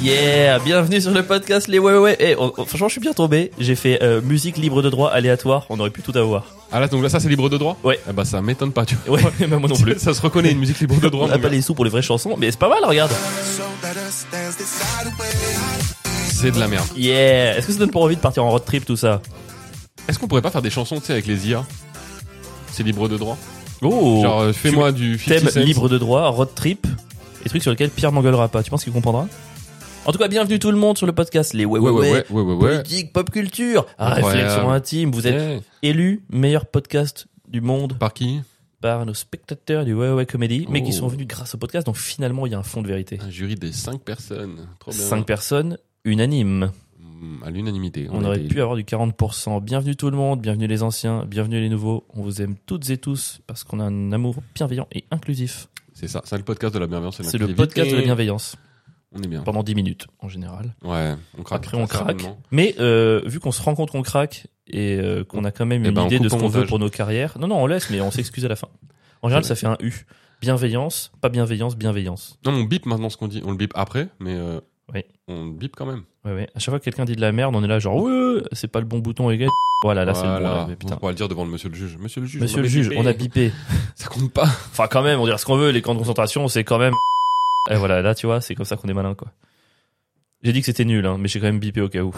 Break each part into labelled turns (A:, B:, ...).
A: Yeah, bienvenue sur le podcast Les Ouais Ouais Ouais. Eh, on- on- franchement, je suis bien tombé. J'ai fait euh, musique libre de droit aléatoire. On aurait pu tout avoir.
B: Ah là, donc là, ça c'est libre de droit
A: Ouais.
B: Ah bah ça m'étonne pas, tu vois.
A: Ouais, mais moi non plus.
B: ça se reconnaît une musique libre de droit.
A: On n'a
B: mon
A: pas
B: gars.
A: les sous pour les vraies chansons, mais c'est pas mal, regarde.
C: So let us dance this side away.
B: C'est de la merde.
A: Yeah. Est-ce que ça donne pas envie de partir en road trip, tout ça
B: Est-ce qu'on pourrait pas faire des chansons, tu sais, avec les IA C'est libre de droit.
A: Oh.
B: Genre, euh, fais-moi du 50
A: thème
B: cents.
A: libre de droit, road trip, et trucs sur lesquels Pierre m'engueulera pas. Tu penses qu'il comprendra En tout cas, bienvenue tout le monde sur le podcast Les Ouais
B: Ouais,
A: Ouais
B: ouais, ouais, ouais, ouais, ouais.
A: Politique, pop culture,
B: Incroyable.
A: réflexion intime. Vous êtes
B: Ouais.
A: élu meilleur podcast du monde
B: Eh, Par qui
A: par nos spectateurs du Ouais Ouais Comedy, mais qui
B: Oh.
A: sont venus grâce au podcast. Donc finalement, il y a un fond de vérité.
B: Un jury des 5 personnes. Trop bien.
A: Cinq personnes unanimes.
B: Mm, À l'unanimité.
A: On
B: a
A: aurait
B: été
A: pu avoir du 40%. Bienvenue tout le monde, bienvenue les anciens, bienvenue les nouveaux. On vous aime toutes et tous parce qu'on a un amour bienveillant et inclusif.
B: C'est ça, c'est le podcast de la bienveillance. et de
A: C'est le
B: l'inclusivité.
A: podcast de la bienveillance
B: On est bien.
A: pendant 10 minutes en général.
B: Ouais, on craque.
A: Après, on
B: très
A: craque.
B: rapidement.
A: Mais euh, vu qu'on se rend compte qu'on craque et euh, qu'on a quand même
B: Eh
A: une
B: ben, on
A: idée de
B: coupe
A: ce
B: au
A: qu'on veut
B: montage.
A: pour nos carrières, non, non, on laisse, mais on s'excuse à la fin. En général, ça fait un U. Bienveillance, pas bienveillance, bienveillance.
B: Non, on bip maintenant ce qu'on dit. On le bip après, mais euh,
A: Oui.
B: on le bip quand même.
A: Ouais, ouais. À chaque fois que quelqu'un dit de la merde, on est là genre, ouais, c'est pas le bon bouton, les gars. Voilà, là, c'est le bon.
B: Voilà.
A: ouais, mais
B: on
A: putain.
B: pourra le dire devant le monsieur le juge. Monsieur le juge,
A: Monsieur
B: on a
A: le juge,
B: bipé.
A: on a bipé.
B: Ça compte pas.
A: Enfin, quand même, on dirait ce qu'on veut, les camps de concentration, c'est quand même. Et voilà, là, tu vois, c'est comme ça qu'on est malin, quoi. J'ai dit que c'était nul, hein, mais j'ai quand même bipé au cas où.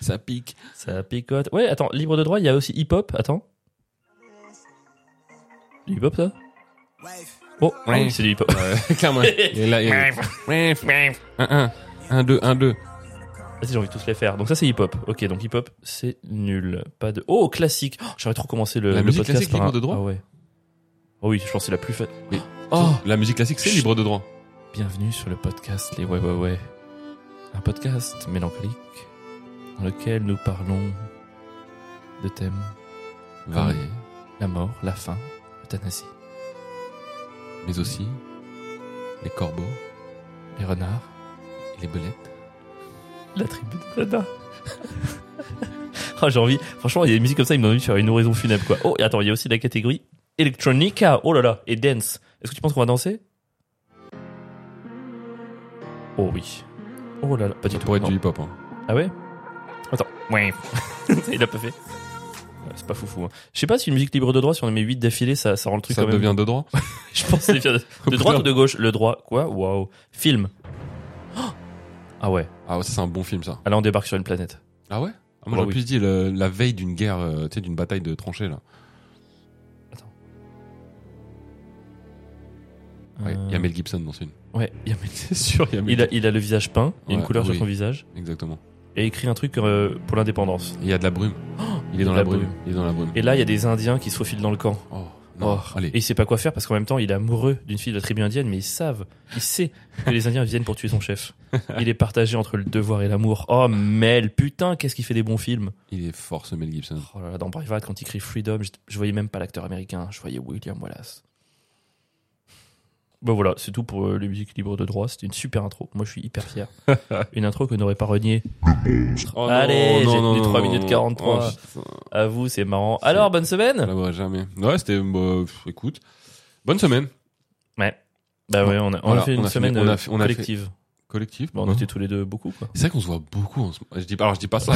B: Ça pique.
A: Ça picote. Ouais, attends, libre de droit, il y a aussi hip-hop, attends. Du hip-hop, ça
C: Wife,
A: Oh, ah
B: Ouais.
A: oui, c'est du hip-hop.
B: Ouais, clairement. Il est là, il est- Bref, bref. Un, un. Un, deux, un, deux.
A: Vas-y, Ah, j'ai envie de tous les faire. Donc ça, c'est hip-hop. Ok, donc hip-hop, c'est nul. Pas de... Oh, classique oh, J'aurais trop commencé le,
B: La
A: le
B: musique
A: podcast
B: classique
A: par
B: libre
A: un-
B: de droit
A: Ah ouais. Oh oui, je pense que c'est la plus faite.
B: Mais-
A: Oh,
B: La musique classique, c'est
A: Chut.
B: libre de droit.
A: bienvenue sur le podcast Les Ouais Ouais Ouais. Un podcast mélancolique dans lequel nous parlons de thèmes
B: Varié.
A: la mort, la faim, l'euthanasie,
B: Mais aussi les corbeaux,
A: les renards,
B: les belettes.
A: La tribu de Dada. oh, j'ai envie. Franchement, il y a des musiques comme ça, il me donne envie de faire une oraison funèbre, quoi. Oh, et attends, il y a aussi la catégorie Electronica. Oh là là, et dance. Est-ce que tu penses qu'on va danser Oh oui. Oh là là, pas du
B: Ça
A: tout.
B: pourrait être
A: non.
B: du hip-hop. hein.
A: Ah ouais Attends. Ouais. il a pas fait. Ouais, C'est pas foufou. hein. Je sais pas si une musique libre de droit, si on en met 8 d'affilée, ça, ça rend le truc
B: Ça
A: quand même.
B: devient de droit.
A: Je pense que c'est bien de, de droite ou de gauche Le droit, quoi Waouh. Film. Oh ah ouais.
B: Ah ouais, ça, c'est un bon film, ça.
A: Ah là, on débarque sur une planète.
B: Ah ouais Ah,
A: Oh,
B: Moi, j'aurais
A: oui.
B: plus dit le- la veille d'une guerre, euh, tu sais, d'une bataille de tranchées, là. Ouais,
A: Euh,
B: Il y a Mel Gibson dans ce film.
A: Ouais, il y a Mel-
B: C'est sûr, il y a Mel
A: Ah. Il a, il a le visage peint, il y a une
B: Ouais,
A: couleur
B: oui.
A: sur son visage,
B: Exactement.
A: et écrit un truc euh, pour l'indépendance.
B: Il y a de la brume. il est dans
A: de
B: la
A: la
B: brume.
A: brume.
B: Il est dans la brume.
A: Et là, il y a des Indiens qui se faufilent dans le camp.
B: Oh, non.
A: Oh.
B: Allez.
A: Et il sait pas quoi faire parce qu'en même temps, il est amoureux d'une fille de la tribu indienne, mais ils savent, il sait que les Indiens viennent pour tuer son chef. Il est partagé entre le devoir et l'amour. Oh, Mel, putain, qu'est-ce qu'il fait des bons films.
B: Il est fort, ce Mel Gibson.
A: Oh là là, dans Braveheart, quand il crie Freedom, je, je voyais même pas l'acteur américain, je voyais William Wallace. Bon voilà, c'est tout pour euh, les musiques libres de droit. C'était une super intro. Moi, je suis hyper fier. une intro que n'aurait pas renié
B: Oh,
A: Allez,
B: non,
A: j'ai
B: non,
A: tenu
B: non,
A: 3
B: non,
A: minutes
B: non.
A: 43.
B: Oh, putain.
A: À vous, c'est marrant. Alors, bonne
B: Je
A: semaine
B: l'avouerai jamais. Ouais, c'était. bah, pff, écoute. Bonne semaine.
A: Ouais. Bah ouais, on a, on a
B: Voilà,
A: fait une
B: on a fait-
A: semaine
B: on a
A: euh,
B: fait- on a fait-
A: collective.
B: Collectif.
A: Bon, on était tous les deux beaucoup, quoi.
B: C'est vrai qu'on se voit beaucoup en ce moment. Je dis, alors, je dis pas ça.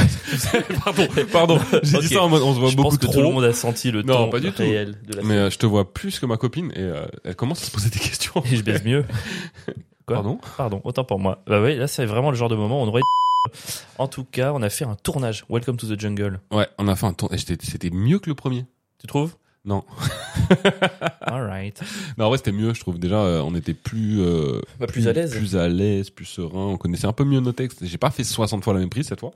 B: pardon, pardon. J'ai
A: Ok.
B: dit ça en mode on se voit
A: Je
B: beaucoup
A: pense que
B: trop.
A: tout le monde a senti le
B: Non,
A: temps
B: pas du tout.
A: réel de la
B: Mais euh, je te vois plus que ma copine et euh, elle commence à se poser des questions.
A: Et je baise mieux. Quoi
B: Pardon
A: Pardon, autant pour moi. Bah ouais, là, c'est vraiment le genre de moment où on aurait... En tout cas, on a fait un tournage. Welcome to the jungle.
B: Ouais, on a fait un tour. et j'étais- C'était mieux que le premier.
A: Tu trouves
B: Non.
A: Alright.
B: Non, en vrai, c'était mieux, je trouve. Déjà, euh, on était plus, euh,
A: Bah, plus à l'aise.
B: Plus à l'aise, plus serein. On connaissait un peu mieux nos textes. J'ai pas fait 60 fois la même prise cette fois.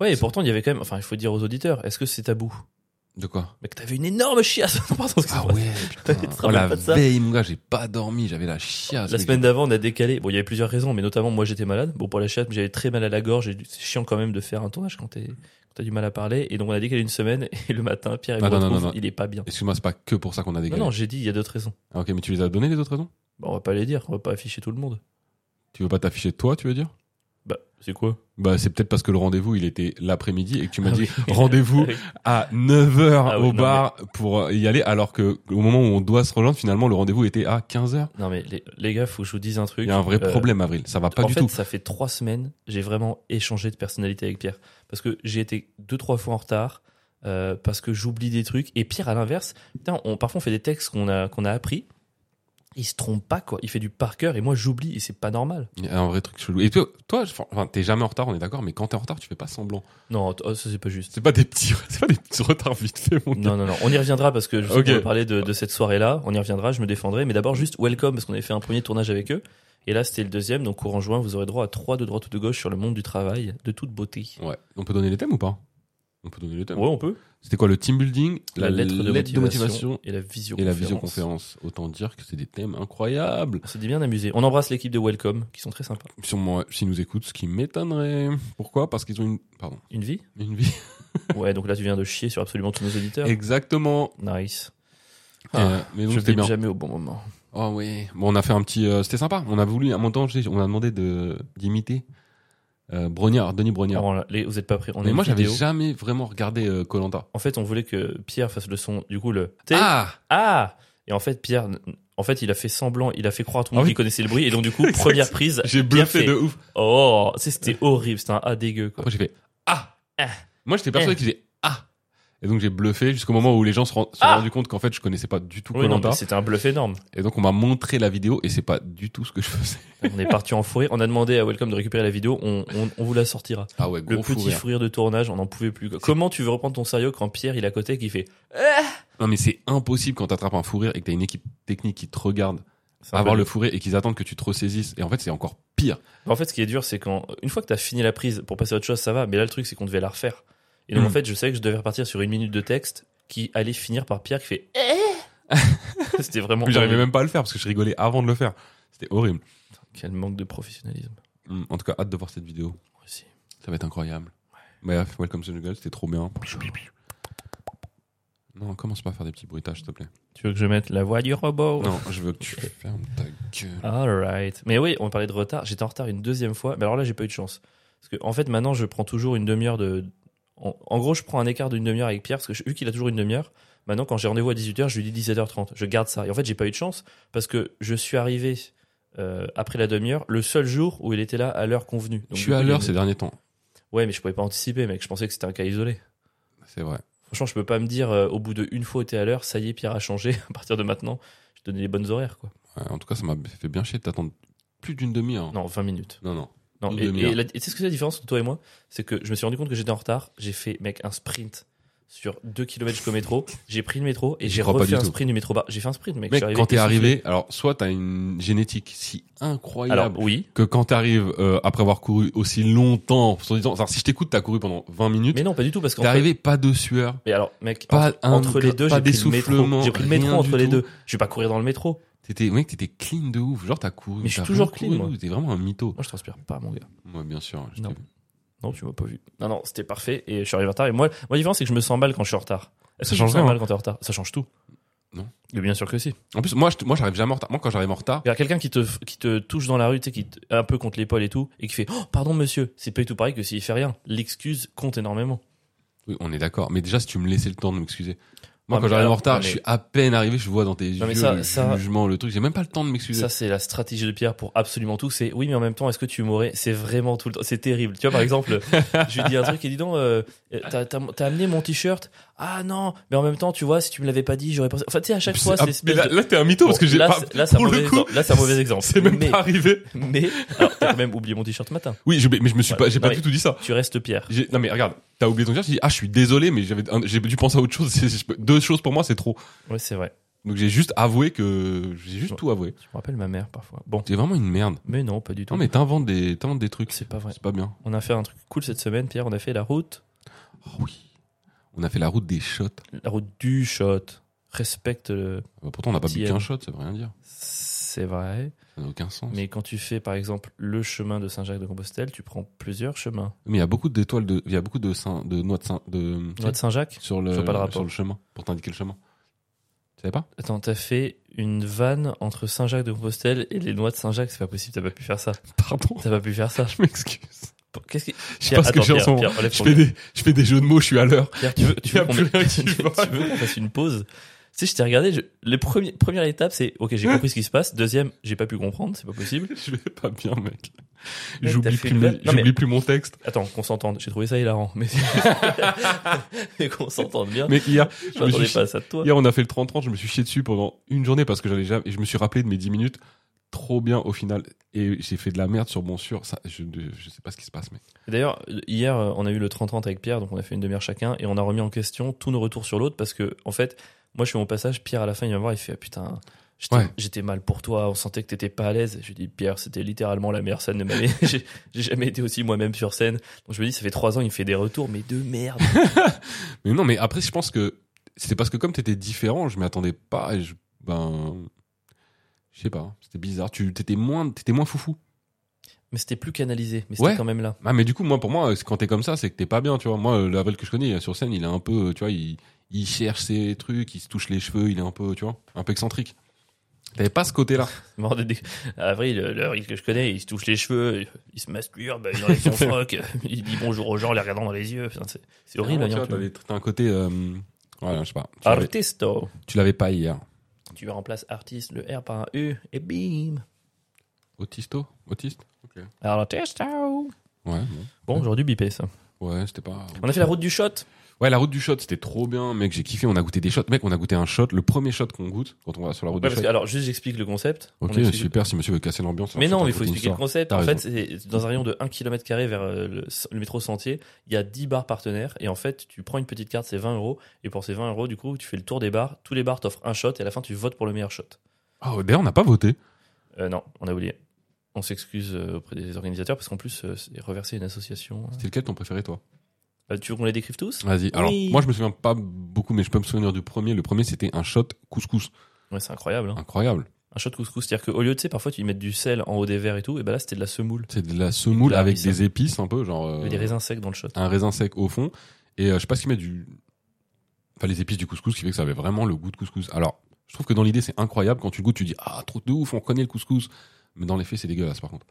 A: Ouais, et pourtant, il y avait quand même... Enfin, il faut dire aux auditeurs, est-ce que c'est tabou
B: De quoi
A: Mais que t'avais une énorme chiasse Pardon, excuse-moi.
B: Ah putain.
A: Ah Tu te
B: Oh,
A: rappelles
B: la
A: pas de ça
B: veille, mon gars, j'ai pas dormi. J'avais la chiasse.
A: La
B: mec.
A: semaine d'avant, on a décalé. Bon, il y avait plusieurs raisons, mais notamment moi j'étais malade. Bon, pour la chatte, j'avais très mal à la gorge. et C'est chiant quand même de faire un tournage quand t'es- quand t'as du mal à parler. Et donc on a décalé une semaine. Et le matin, Pierre il me
B: Attends, Ah, non,
A: retrouve,
B: non, non.
A: il est pas bien.
B: Excuse-moi, c'est pas que pour ça qu'on a
A: Non,
B: décalé.
A: non, j'ai dit il y a d'autres raisons.
B: Ah, ok, mais tu les as donné les autres raisons
A: Bon, on va pas les dire, on va pas afficher tout le monde.
B: Tu veux pas t'afficher toi, tu veux dire
A: Bah, C'est quoi
B: Bah, c'est peut-être parce que le rendez-vous, il était l'après-midi et que tu m'as
A: Ah
B: dit
A: oui.
B: rendez-vous
A: Oui.
B: à 9h
A: Ah oui,
B: au
A: non,
B: bar pour euh, y aller, alors que au moment où on doit se rejoindre, finalement, le rendez-vous était à 15h.
A: Non mais les, les gars, faut que je vous dise un truc.
B: Il y a un vrai
A: Euh,
B: problème, Avril. Ça va pas
A: en
B: du
A: fait,
B: tout.
A: ça fait trois semaines, j'ai vraiment échangé de personnalité avec Pierre. Parce que j'ai été deux, trois fois en retard, euh, parce que j'oublie des trucs. Et Pierre, à l'inverse, putain, on, parfois on fait des textes qu'on a, qu'on a appris. Il se trompe pas, quoi. Il fait du par cœur et moi j'oublie et c'est pas normal.
B: Il y a un vrai truc chelou. Et toi, toi je- enfin, t'es jamais en retard, on est d'accord, mais quand t'es en retard, tu fais pas semblant.
A: Non, t- oh, ça c'est pas juste.
B: C'est pas des petits, c'est pas des petits retards vite fait, mon gars.
A: Non, non, non. On y reviendra parce que je sais
B: Ok.
A: qu'on va parler de, de cette soirée-là. On y reviendra, je me défendrai. Mais d'abord, juste welcome parce qu'on avait fait un premier tournage avec eux. Et là, c'était le deuxième. Donc, courant juin, vous aurez droit à trois de droite ou de gauche sur le monde du travail de toute beauté.
B: Ouais. On peut donner les thèmes ou pas? On peut donner les thèmes.
A: Ouais, on peut.
B: C'était quoi le team building,
A: la, lettre, de, motivation
B: motivation
A: et la visioconférence.
B: et la visioconférence. Autant dire que c'est des thèmes incroyables.
A: On s'est dit bien amusé. On embrasse l'équipe de Welcome, qui sont très sympas.
B: Sûrement, ouais, s'ils nous écoutent, ce qui m'étonnerait. Pourquoi? Parce qu'ils ont une, pardon,
A: Une vie
B: une vie.
A: Ouais, donc là, tu viens de chier sur absolument tous nos auditeurs.
B: Exactement.
A: Nice.
B: Euh, mais donc,
A: Ah, je
B: c'était
A: ne
B: bien.
A: jamais au bon moment.
B: Oh oui. Bon, on a fait un petit. euh, c'était sympa. On a voulu, à un moment donné, j'ai- on a demandé de d'imiter euh, Brognard, Denis Brognard.
A: Alors, là, les- vous n'êtes pas prêts. On a
B: mais
A: une
B: moi, j'avais
A: vidéo.
B: jamais vraiment regardé euh, Colanta.
A: En fait, on voulait que Pierre fasse le son. Du coup, le.
B: ah
A: Ah Et en fait, Pierre. n- En fait, il a fait semblant, il a fait croire à tout le
B: Ah
A: monde
B: oui.
A: qu'il connaissait le bruit, et donc du coup,
B: Exact.
A: première prise,
B: J'ai
A: Pierre
B: bluffé
A: fait-
B: de ouf.
A: Oh, tu sais, c'était horrible, c'était un A dégueu quoi.
B: Après, j'ai fait Ah
A: Ah.
B: Moi, j'étais persuadé
A: Eh.
B: qu'il disait Ah Et donc, j'ai bluffé jusqu'au moment où les gens se ren- se sont
A: Ah.
B: rendus compte qu'en fait, je connaissais pas du tout
A: Oui, non,
B: Colanta.
A: mais c'était un bluff énorme.
B: et donc, on m'a montré la vidéo et c'est pas du tout ce que je faisais.
A: On est parti en fourré, on a demandé à Welcome de récupérer la vidéo, on- on- on vous la sortira.
B: Ah ouais,
A: Le
B: gros fou
A: petit
B: rire.
A: fou rire de tournage, on n'en pouvait plus. quoi. Comment tu veux reprendre ton sérieux quand Pierre il est à côté qui fait
B: Euh Non, mais c'est impossible quand t'attrapes un fou rire et que t'as une équipe technique qui te regarde
A: C'est un
B: avoir
A: peu-
B: le fou rire et qu'ils attendent que tu te ressaisisses. Et en fait, c'est encore pire.
A: En fait, ce qui est dur, c'est quand une fois que t'as fini la prise pour passer à autre chose, ça va. Mais là, le truc, c'est qu'on devait la refaire. Et donc,
B: Mm.
A: en fait, je savais que je devais repartir sur une minute de texte qui allait finir par Pierre qui fait Eh C'était vraiment.
B: Puis, j'arrivais
A: horrible.
B: même pas à le faire parce que je rigolais avant de le faire. C'était horrible.
A: Quel manque de professionnalisme.
B: Hum, En tout cas, hâte de voir cette vidéo.
A: Moi aussi.
B: Ça va être incroyable. Bref, Welcome to Jungle, c'était trop bien. Non, commence pas à faire des petits bruitages, s'il te plaît.
A: Tu veux que je mette la voix du robot
B: Non, je veux que tu fermes ta gueule.
A: Alright. Mais oui, on parlait de retard. J'étais en retard une deuxième fois. Mais alors là, j'ai pas eu de chance. Parce que, en fait, maintenant, je prends toujours une demi-heure de. En, en gros, je prends un écart d'une demi-heure avec Pierre, parce que je- vu qu'il a toujours une demi-heure, maintenant, quand j'ai rendez-vous à 18h, je lui dis 17h30. Je garde ça. Et en fait, j'ai pas eu de chance, parce que je suis arrivé euh, après la demi-heure, le seul jour où il était là à l'heure convenue. Donc,
B: je
A: du
B: suis
A: coup,
B: à
A: il y a
B: l'heure
A: une-
B: ces derniers temps.
A: Ouais, mais je pouvais pas anticiper, mec. Je pensais que c'était un cas isolé.
B: C'est vrai.
A: Franchement, je peux pas me dire, euh, au bout de une fois où t'es à l'heure, ça y est, Pierre a changé. À partir de maintenant, je donnais les bonnes horaires, quoi.
B: Ouais, en tout cas, ça m'a fait bien chier de t'attendre plus d'une demi-heure.
A: Non, 20 minutes.
B: non. non.
A: Non,
B: Ou
A: et,
B: demi-heure.
A: et la- et tu sais ce que c'est la différence entre toi et moi C'est que je me suis rendu compte que j'étais en retard, j'ai fait, mec, un sprint sur 2 km jusqu'au métro, j'ai pris le métro et
B: J'y
A: j'ai
B: crois pas
A: refait
B: du
A: un
B: tout.
A: sprint du métro bas. J'ai fait un sprint, mec. je
B: Mec,
A: suis
B: quand t'es
A: essoufflé.
B: arrivé, alors soit t'as une génétique si incroyable
A: Alors, oui,
B: que quand t'arrives euh, après avoir couru aussi longtemps, en disant, enfin, si je t'écoute, t'as couru pendant 20 minutes,
A: mais non, pas du tout, parce qu'en
B: t'es
A: fait.
B: arrivé pas de sueur,
A: Mais alors, mec,
B: pas
A: entre,
B: un
A: entre les
B: gra-
A: deux,
B: pas
A: j'ai pris le métro.
B: d'essoufflement,
A: J'ai pris le
B: rien
A: métro
B: du
A: entre les
B: tout.
A: deux. Je vais pas courir dans le métro.
B: T'étais, mec, t'étais clean de ouf. Genre, t'as couru.
A: Mais je suis
B: t'as
A: toujours
B: vraiment
A: clean,
B: couru,
A: moi.
B: T'es vraiment un mytho.
A: Moi, je transpire pas, mon gars.
B: Moi, bien sûr. je
A: Non.
B: t'ai vu.
A: Non, tu m'as pas vu. Non, non, c'était parfait et je suis arrivé en retard. Et moi, moi, la différence, c'est que je me sens mal quand je suis en retard. Est-ce
B: Ça
A: que je me
B: change
A: sens
B: rien,
A: mal quand t'es en retard Ça change tout.
B: Non.
A: Mais bien sûr que si.
B: En plus, moi, je, moi, j'arrive jamais en retard. Moi, quand j'arrive en retard,
A: Il y a quelqu'un qui te, qui te touche dans la rue, tu sais, qui te- un peu contre l'épaule et tout, et qui fait oh, Pardon monsieur, c'est pas du tout pareil que s'il fait rien. L'excuse compte énormément.
B: oui, on est d'accord. Mais déjà, si tu me laissais le temps de m'excuser. Moi,
A: Ah, mais
B: quand j'arrive en
A: alors,
B: retard,
A: mais-
B: je suis à peine arrivé, je vois dans tes
A: Non, mais
B: yeux
A: ça-
B: le
A: ça-
B: jugement, le truc. J'ai même pas le temps de m'excuser.
A: Ça, c'est la stratégie de Pierre pour absolument tout. C'est oui, mais en même temps, est-ce que tu mourrais C'est vraiment tout le temps. C'est terrible. Tu vois, par exemple, je lui dis un truc et dis donc, euh, euh, t'as- t'as t'as amené mon t-shirt Ah non, mais en même temps, tu vois, si tu me l'avais pas dit, j'aurais pensé. Enfin, tu sais, à chaque fois,
B: Ah,
A: c'est
B: mais
A: espèce
B: là,
A: de-
B: là, t'es un mytho parce que
A: Bon,
B: j'ai
A: là,
B: pas.
A: c'est- là, c'est un
B: pour le
A: mauvais
B: coup,
A: exemple. Là, c'est un mauvais exemple.
B: C'est même
A: Mais-
B: pas arrivé.
A: Mais, alors, t'as quand même oublié mon t-shirt ce matin.
B: Oui, je- mais, mais je me suis
A: Ouais,
B: pas, j'ai
A: non,
B: pas
A: mais-
B: du tout dit ça.
A: Tu restes Pierre.
B: J'ai- Non, mais regarde, t'as oublié ton t-shirt. J'ai dit, ah, je suis désolé, mais j'avais, un- j'ai dû penser à autre chose. C'est- je peux- Deux choses pour moi, c'est trop.
A: Ouais, c'est vrai.
B: Donc, j'ai juste avoué que, j'ai juste
A: Ouais.
B: tout avoué.
A: Je me rappelle ma mère parfois. Bon,
B: T'es vraiment une merde.
A: mais non, pas du tout.
B: Non, mais t'inventes des, t'inventes des trucs.
A: C'est pas vrai.
B: C'est pas bien.
A: On a fait un truc cool cette semaine, Pierre. On a fait la route,
B: Oh oui. On a fait la route des shots.
A: la route du shot. Respecte le.
B: Bah, pourtant, on n'a pas bu
A: TM.
B: qu'un shot, ça veut rien dire.
A: C'est vrai.
B: Ça n'a aucun sens. Mais
A: Mais quand tu fais, par exemple, le chemin de Saint-Jacques-de-Compostelle, tu prends plusieurs chemins.
B: il y a beaucoup d'étoiles de, il y a beaucoup de saint, de noix de saint, de,
A: Noix de Saint-Jacques
B: sur
A: Je
B: le,
A: vois pas le rapport.
B: sur le chemin, pour t'indiquer le chemin. Tu savais pas?
A: Attends, t'as fait une vanne entre Saint-Jacques-de-Compostelle et les noix de Saint-Jacques. C'est pas possible, t'as pas pu faire ça.
B: Pardon.
A: T'as pas pu faire ça.
B: Je m'excuse.
A: P- Qu'est-ce qui.
B: Je sais pas ce que j'ai en ce moment. Je fais, des, je fais des jeux de mots, je suis à l'heure.
A: Pierre, tu veux, tu
B: Y a
A: veux qu'on
B: plus
A: mette-
B: rien qui
A: tu veux
B: va.
A: qu'on fasse une pause Tu sais, je t'ai regardé, je- les premiers, première étape, c'est OK, j'ai compris ce qui se passe. Deuxième, j'ai pas pu comprendre, c'est pas possible.
B: Je vais pas bien, mec.
A: t'as
B: J'oublie
A: fait une
B: plus, mes-
A: bonne- Non, mais-
B: j'oublie plus mon texte.
A: Attends, qu'on s'entende. J'ai trouvé ça hilarant, mais, mais qu'on s'entende bien.
B: Mec, hier,
A: je
B: me
A: m'attendais
B: suis-
A: pas à ça de toi.
B: hier, on a fait le 30-30, je me suis chié dessus pendant une journée parce que j'avais jamais, et je me suis rappelé de mes 10 minutes. Trop bien au final. Et j'ai fait de la merde sur mon sur. Ça, je, je sais pas ce qui se passe, mec.
A: D'ailleurs, hier, euh, on a eu le 30-30 avec Pierre, donc on a fait une demi-heure chacun, et on a remis en question tous nos retours sur l'autre, parce que, en fait, moi, je fais mon passage, Pierre, à la fin, il vient me voir, il fait, ah, putain, j'étais-
B: Ouais.
A: j'étais mal pour toi, on sentait que t'étais pas à l'aise. Je lui dis, Pierre, c'était littéralement la meilleure scène de ma vie. J'ai j'ai jamais été aussi moi-même sur scène. Donc je me dis, ça fait trois ans, il me fait des retours, mais de merde.
B: Mais non, mais après, je pense que c'était parce que comme t'étais différent, je m'y attendais pas et je, ben, je sais pas, c'était bizarre. Tu t'étais moins, t'étais moins foufou.
A: mais c'était plus canalisé, mais c'était
B: Ouais.
A: quand même là.
B: Ah, mais du coup, moi, pour moi, c'est- quand t'es comme ça, c'est que t'es pas bien, tu vois. Moi, euh, l'aval que je connais, il est sur scène, il est un peu, euh, tu vois, il, il cherche ses trucs, il se touche les cheveux, il est un peu, tu vois, un peu excentrique. T'avais pas ce côté-là.
A: C'est marrant de dé- À Avril, le, le Rick que je connais, il se touche les cheveux, il se masturbe, il enlève son froc, il dit bonjour aux gens en les regardant dans les yeux. Putain, C'est c'est horrible,
B: Vraiment, tu vois,
A: hein, tu vois.
B: t'avais- T'as un côté, euh, voilà, je sais pas. Tu l'avais-
A: Artisto.
B: Tu l'avais pas hier.
A: Tu remplaces artiste, le R par un U, et bim
B: Autisto, autiste.
A: Artisto
B: Ouais, bon.
A: Bon, aujourd'hui, bipé ça.
B: ouais, c'était pas.
A: On a fait la route du shot.
B: Ouais, la route du shot, c'était trop bien, mec. J'ai kiffé. On a goûté des shots, mec. On a goûté un shot, le premier shot qu'on goûte quand on va sur la route
A: Ouais, parce
B: du shot.
A: que, alors, juste, j'explique le concept. On
B: Ok,
A: explique-
B: super. Si monsieur veut casser l'ambiance.
A: Mais
B: alors,
A: non,
B: je
A: il faut
B: raconte une
A: expliquer le
B: histoire.
A: concept.
B: T'as
A: En fait,
B: raison.
A: c'est dans un rayon de 1 km vers euh, le, le métro Sentier, il y a 10 bars partenaires. Et en fait, tu prends une petite carte, c'est 20 euros. Et pour ces 20 euros, du coup, tu fais le tour des bars. Tous les bars t'offrent un shot. Et à la fin, tu votes pour le meilleur shot.
B: Ah, d'ailleurs, on n'a pas voté.
A: Euh, non, on a oublié. On s'excuse euh, auprès des organisateurs parce qu'en plus, euh, c'est reversé à une association.
B: C'était lequel ton préféré, toi
A: Euh, tu veux qu'on les décrive tous
B: Vas-y. Alors,
A: Oui.
B: moi, je me souviens pas beaucoup, mais je peux me souvenir du premier. Le premier, c'était un shot couscous.
A: Ouais, c'est incroyable. hein.
B: Incroyable.
A: Un shot couscous, c'est-à-dire qu'au lieu de, tu sais, parfois tu y mets du sel en haut des verres et tout, et bah là c'était de la semoule.
B: C'est de la semoule
A: Là,
B: avec
A: oui, ça.
B: des épices, un peu, genre.
A: Il y
B: euh,
A: avait des raisins secs dans le shot.
B: Un raisin sec au fond. Et euh, je sais pas ce qu'il met du. Enfin, les épices du couscous, ce qui fait que ça avait vraiment le goût de couscous. Alors, je trouve que dans l'idée, c'est incroyable. Quand tu le goûtes, tu dis Ah, trop de ouf, on connaît le couscous. Mais dans les faits, c'est dégueulasse, par contre.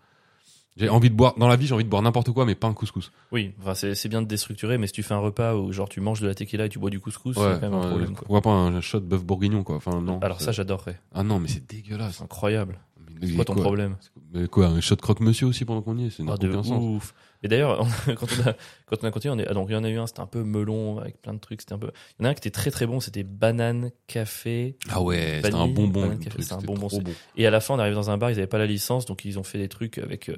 B: J'ai envie de boire. Dans la vie, j'ai envie de boire n'importe quoi, mais pas un couscous.
A: Oui, enfin c'est c'est bien de déstructurer, mais si tu fais un repas où genre tu manges de la tequila et tu bois du couscous, c'est
B: Ouais,
A: quand même un
B: enfin,
A: problème. quoi.
B: pourquoi pas un shot bœuf bourguignon, quoi. Enfin, non.
A: Alors
B: c'est-
A: ça j'adorerais.
B: Ah non, mais c'est dégueulasse.
A: C'est incroyable.
B: Mais
A: C'est quoi ton problème
B: Mais quoi, un shot croque-monsieur aussi pendant qu'on y est C'est
A: Ah,
B: n'a
A: de
B: aucun sens.
A: ouf. Et d'ailleurs, on- quand, on a- quand on a continué, on est, ah, donc il y en a eu un, c'était un peu melon avec plein de trucs, c'était un peu. Il y en a un qui était très très bon, c'était banane, café.
B: Ah ouais, c'était un
A: Vanille,
B: bonbon.
A: banane
B: le
A: café,
B: truc,
A: c'est un
B: c'était
A: bonbon,
B: trop
A: c'est-
B: bon.
A: Et à la fin, on arrive dans un bar, ils n'avaient pas la licence, donc ils ont fait des trucs avec euh,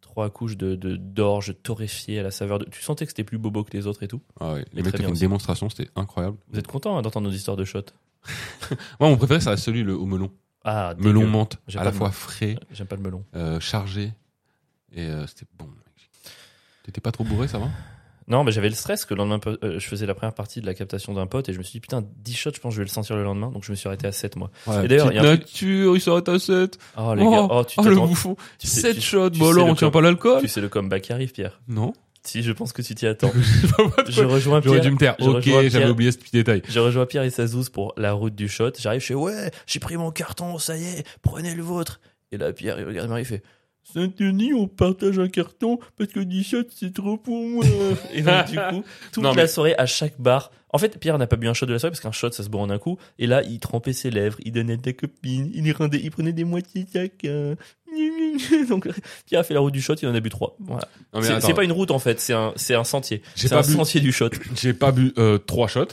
A: trois couches de de- d'orge torréfiée à la saveur de. Tu sentais que c'était plus bobo que les autres et tout.
B: Ah ouais,
A: Mais
B: les
A: très
B: mecs ont fait
A: bien
B: une
A: aussi.
B: démonstration, c'était incroyable.
A: Vous êtes content hein, d'entendre nos histoires de shot
B: Moi, mon préféré, ça reste celui le, au melon.
A: Ah, dégueu.
B: Melon menthe,
A: J'ai
B: à
A: pas
B: la
A: le
B: fois frais,
A: J'aime pas le melon.
B: euh, chargé. Et euh, c'était bon. mec. T'étais pas trop bourré, ça va
A: Non, mais j'avais le stress que le lendemain, euh, je faisais la première partie de la captation d'un pote et je me suis dit, putain, 10 shots, je pense que je vais le sentir le lendemain. Donc je me suis arrêté à 7, moi. Et d'ailleurs, il y a un truc-
B: nature, il s'arrête à 7.
A: Oh, les gars, oh, tu t'attends-
B: bouffon.
A: tu sais- tu-
B: shots,
A: tu sais le com-
B: pas l'alcool.
A: Tu sais le comeback qui arrive, Pierre.
B: Non.
A: Si, je pense que tu t'y attends.
B: Je vois pas de
A: je
B: quoi.
A: rejoins
B: J'aurais
A: Pierre.
B: dû me taire.
A: je
B: Ok,
A: rejoins
B: j'avais
A: Pierre.
B: oublié ce petit détail.
A: Je rejoins Pierre et Sazouze pour la route du shot. J'arrive, je fais, ouais, j'ai pris mon carton, ça y est, prenez le vôtre. Et là, Pierre, il regarde Marie, il fait, Saint-Denis, on partage un carton parce que 10 shots, c'est trop pour moi. et donc, du coup, toute
B: Non, mais-
A: la soirée, à chaque bar. En fait, Pierre n'a pas bu un shot de la soirée parce qu'un shot, ça se boit en un coup. Et là, il trempait ses lèvres, il donnait de la copine, il, les rendait, il prenait des moitiés chacun. donc, Pierre a fait la route du shot, il en a bu trois. Voilà.
B: Non, mais
A: C'est
B: attends.
A: c'est pas une route, en fait, c'est un, c'est un sentier.
B: J'ai
A: C'est
B: pas
A: un
B: bu.
A: sentier du shot.
B: J'ai pas bu 3 shots.